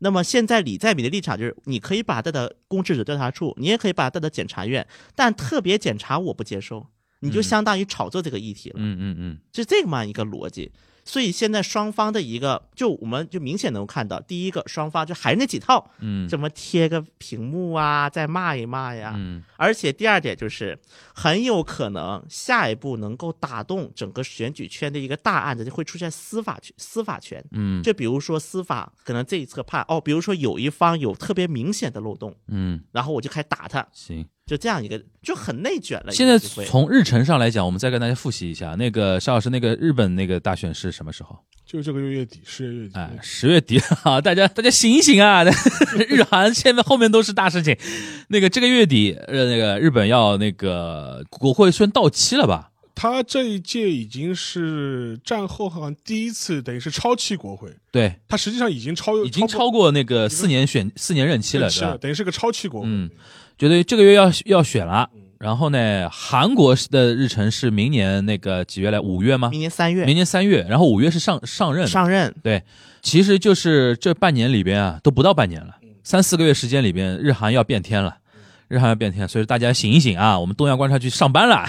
Speaker 4: 那么现在李在明的立场就是，你可以把他带到公职者调查处，你也可以把他带到检察院，但特别检察我不接受，你就相当于炒作这个议题了。
Speaker 3: 嗯嗯嗯
Speaker 4: 是这么样一个逻辑。所以现在双方的一个，就我们就明显能够看到，第一个双方就还是那几套，
Speaker 3: 嗯
Speaker 4: 怎么贴个屏幕啊，再骂一骂呀。
Speaker 3: 嗯
Speaker 4: 而且第二点就是，很有可能下一步能够打动整个选举圈的一个大案子，就会出现司法权司法权。
Speaker 3: 嗯
Speaker 4: 就比如说司法可能这一侧判哦，比如说有一方有特别明显的漏洞，
Speaker 3: 嗯，
Speaker 4: 然后我就开始打他，
Speaker 3: 行。
Speaker 4: 就这样一个就很内卷了。
Speaker 3: 现在
Speaker 4: 已经会
Speaker 3: 从日程上来讲，我们再跟大家复习一下，那个邵老师，那个日本那个大选是什么时候？
Speaker 2: 就这个月月底，十月月底，
Speaker 3: 哎，十月底啊， 大家大家醒一醒啊！ 日韩现在后面都是大事情。那个这个月底，呃，那个日本要那个国会宣到期了吧？
Speaker 2: 他这一届已经是战后好像第一次，等于是超期国会，
Speaker 3: 对，
Speaker 2: 他实际上已经超
Speaker 3: 已经
Speaker 2: 超
Speaker 3: 超过那个四年选四年任期了，
Speaker 2: 是
Speaker 3: 对吧？
Speaker 2: 等于是个超期国会。
Speaker 3: 嗯，觉得这个月要要选了。然后呢，韩国的日程是明年那个几月来？五月吗
Speaker 4: 明？年三月
Speaker 3: 明年三月，然后五月是上上任的。
Speaker 4: 上任，
Speaker 3: 对，其实就是这半年里边啊，都不到半年了，三四个月时间里边，日韩要变天了，日韩要变天，所以大家醒一醒啊，我们东亚观察局上班了，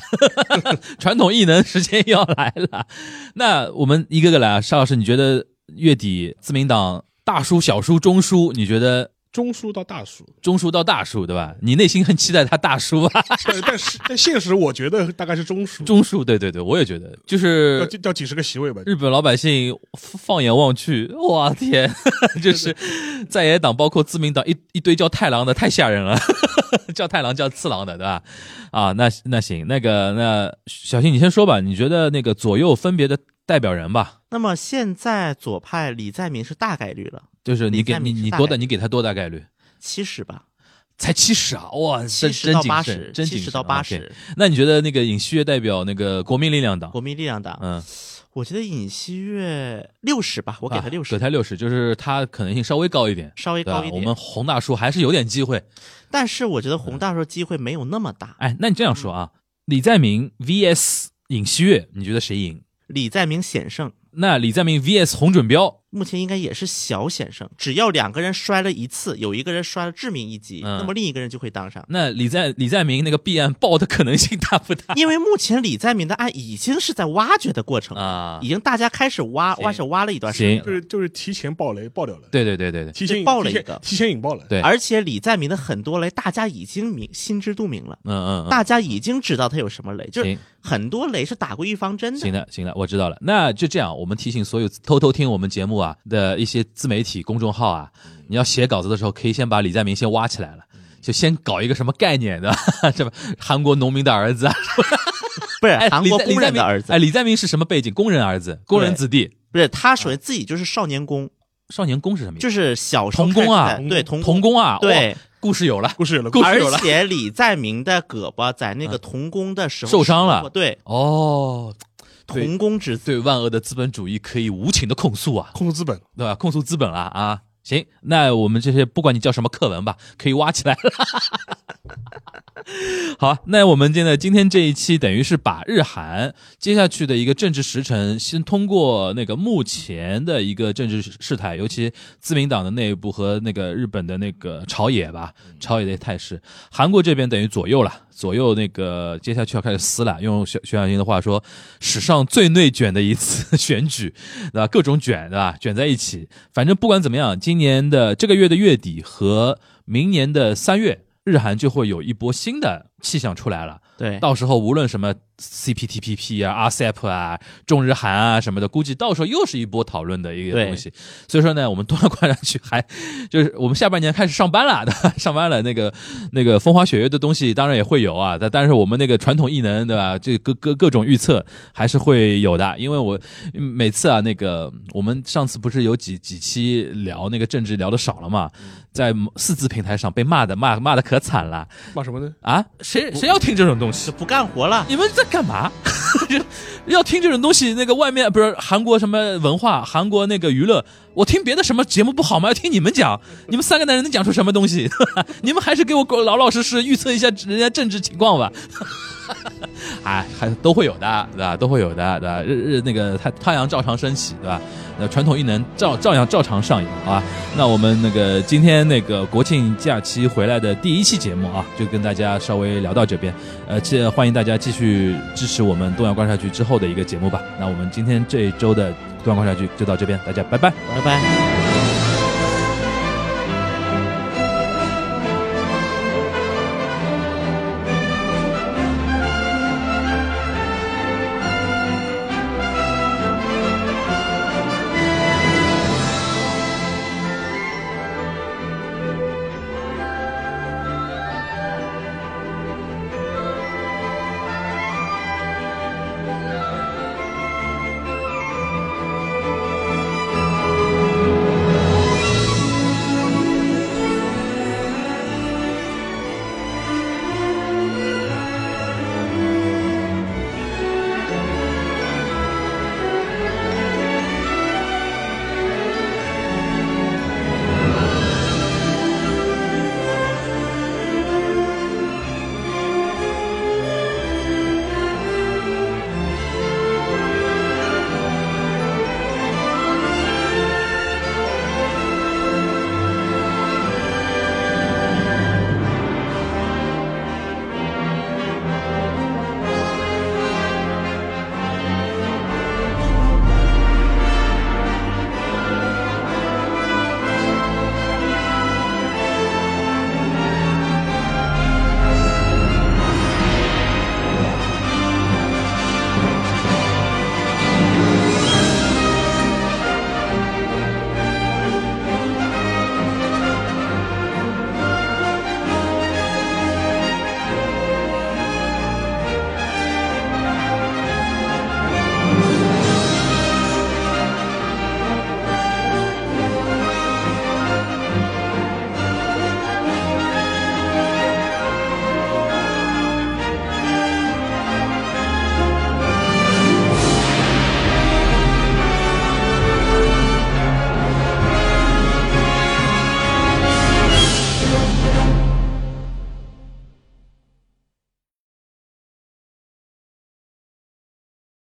Speaker 3: 传统异能时间要来了。那我们一个个来啊，邵老师，你觉得月底自民党大叔、小叔、中叔，你觉得
Speaker 2: 中枢到大 枢，
Speaker 3: 中叔到大叔对吧？你内心很期待他大叔吧？
Speaker 2: 但但是但现实我觉得大概是中枢，
Speaker 3: 中叔，对对对，我也觉得，就
Speaker 2: 要
Speaker 3: 是
Speaker 2: 要几十个席位吧。
Speaker 3: 呃日本老百姓放眼望去，哇 天，就是在野党包括自民党一一堆叫太郎的太吓人了， 叫太郎叫次郎的对吧？啊，那那行，那个那小新你先说吧，你觉得那个左右分别的代表人吧，
Speaker 4: 那么现在左派李在明是大概率了，
Speaker 3: 就是你给
Speaker 4: 李在明
Speaker 3: 你
Speaker 4: 是
Speaker 3: 你
Speaker 4: 大
Speaker 3: 多
Speaker 4: 概
Speaker 3: 大你给他多大概率？
Speaker 4: 七十吧，
Speaker 3: 才七十啊！哇，
Speaker 4: 七
Speaker 3: 真
Speaker 4: 十
Speaker 3: 真
Speaker 4: 到
Speaker 3: 谨
Speaker 4: 八
Speaker 3: 慎
Speaker 4: 十，，
Speaker 3: 真
Speaker 4: 七
Speaker 3: 谨
Speaker 4: 十
Speaker 3: 慎啊
Speaker 4: 到八。
Speaker 3: OK
Speaker 4: 十。
Speaker 3: 那你觉得那个尹锡悦代表那个国民力量党？
Speaker 4: 国民力量党，
Speaker 3: 嗯，
Speaker 4: 我觉得尹锡悦六十吧，我
Speaker 3: 我
Speaker 4: 给他六十、
Speaker 3: 给他六十，就是他可能性稍微高一点，
Speaker 4: 稍微
Speaker 3: 啊对
Speaker 4: 高
Speaker 3: 吧
Speaker 4: 一？
Speaker 3: 我
Speaker 4: 点。
Speaker 3: 们嗯洪大叔还是有点机会。
Speaker 4: 但是我觉得宏大说机会没有那么大。
Speaker 3: 哎，那你这样说
Speaker 4: 嗯
Speaker 3: 啊，李在明 VS 尹锡悦，你觉得谁赢？
Speaker 4: 李在明险胜，
Speaker 3: 那李在明 VS 洪准标，
Speaker 4: 目前应该也是小险胜，只要两个人摔了一次，有一个人摔了致命一击，
Speaker 3: 嗯
Speaker 4: 那么另一个人就会当上。
Speaker 3: 那李在李在明那个弊案爆的可能性大不 大？
Speaker 4: 因为目前李在明的案已经是在挖掘的过程了，
Speaker 3: 啊
Speaker 4: 已经大家开始挖，
Speaker 3: 行
Speaker 4: 挖手挖了一段时间
Speaker 3: 行
Speaker 2: 就
Speaker 4: 了。
Speaker 2: 是就是提前爆雷爆掉了，
Speaker 3: 对对对对对，
Speaker 2: 提前引
Speaker 4: 爆了
Speaker 2: 提
Speaker 4: 一
Speaker 2: 前
Speaker 4: 个
Speaker 2: 提前引爆了，
Speaker 3: 对
Speaker 4: 而且李在明的很多雷，大家已经明心知肚明了，
Speaker 3: 嗯嗯嗯，嗯
Speaker 4: 大家已经知道他有什么雷，就是
Speaker 3: 行
Speaker 4: 很多雷是打过预防针
Speaker 3: 行
Speaker 4: 的。
Speaker 3: 的，行的，我知道了。那就这样，我们提醒所有偷偷听我们节目啊的一些自媒体公众号啊，
Speaker 4: 嗯
Speaker 3: 你要写稿子的时候，可以先把李在明先挖起来了，就先搞一个什么概念的， 什么韩国农民的儿子啊，
Speaker 4: 不是
Speaker 3: 哎，
Speaker 4: 韩国工人的儿
Speaker 3: 李在明哎，
Speaker 4: 子，
Speaker 3: 李在明是什么背景？工人儿子，工人子弟，
Speaker 4: 不是他首先自己就是少年宫，
Speaker 3: 少年宫是什么意思？
Speaker 4: 就是小时候
Speaker 3: 童工啊
Speaker 4: 开始在对童
Speaker 3: 童工啊，
Speaker 4: 对
Speaker 3: 哇，故事有了，
Speaker 2: 故事有了，
Speaker 3: 故事有
Speaker 4: 而
Speaker 3: 了嗯
Speaker 4: 且李在明的胳膊在那个童工的时候
Speaker 3: 受伤了
Speaker 4: 折过对，
Speaker 3: 哦，对
Speaker 4: 童工之子，
Speaker 3: 对万恶的资本主义可以无情的控诉啊，
Speaker 2: 控制资本，
Speaker 3: 对吧？控诉资本了啊。行，那我们这些不管你叫什么课文吧，可以挖起来了。好，那我们现在今天这一期等于是把日韩接下去的一个政治时程，先通过那个目前的一个政治事态，尤其自民党的内部和那个日本的那个朝野吧，朝野的态势，韩国这边等于左右了，左右那个接下去要开始撕了。用徐徐小新的话说，史上最内卷的一次 选举，对吧？各种卷，对吧？卷在一起，反正不管怎么样，今年的这个月的月底和明年的三月，日韩就会有一波新的气象出来了。
Speaker 4: 对，
Speaker 3: 到时候无论什么 CPTPP 啊、RCEP 啊、中日韩啊什么的，估计到时候又是一波讨论的一个
Speaker 4: 对
Speaker 3: 东西。所以说呢，我们东亚观察局还就是我们下半年开始上班了，对 吧？上班了，那个那个风花雪月的东西当然也会有啊，但但是我们那个传统异能，对吧？这各各各种预测还是会有的，因为我嗯每次啊，那个我们上次不是有几几期聊那个政治聊的少了嘛，在四字平台上被骂的骂骂的可惨了
Speaker 2: 骂什么呢？
Speaker 3: 啊！谁谁要听这种东西
Speaker 4: 就？不干活了。
Speaker 3: 你们在干嘛？ 就要听这种东西，那个外面不是韩国什么文化，韩国那个娱乐，我听别的什么节目不好吗？要听你们讲，你们三个男人能讲出什么东西？ 你们还是给我老老实实预测一下人家政治情况吧。 哎，还都会有的，对吧？都会有的，对吧？日日那个太太阳照常升起，对吧？那传统异能照照样照常上演，好吧？那我们那个今天那个国庆假期回来的第一期节目啊，就跟大家稍微聊到这边。呃，这欢迎大家继续支持我们东阳观察局之后的一个节目吧。那我们今天这一周的东阳观察局就到这边，大家拜拜。
Speaker 4: 拜拜。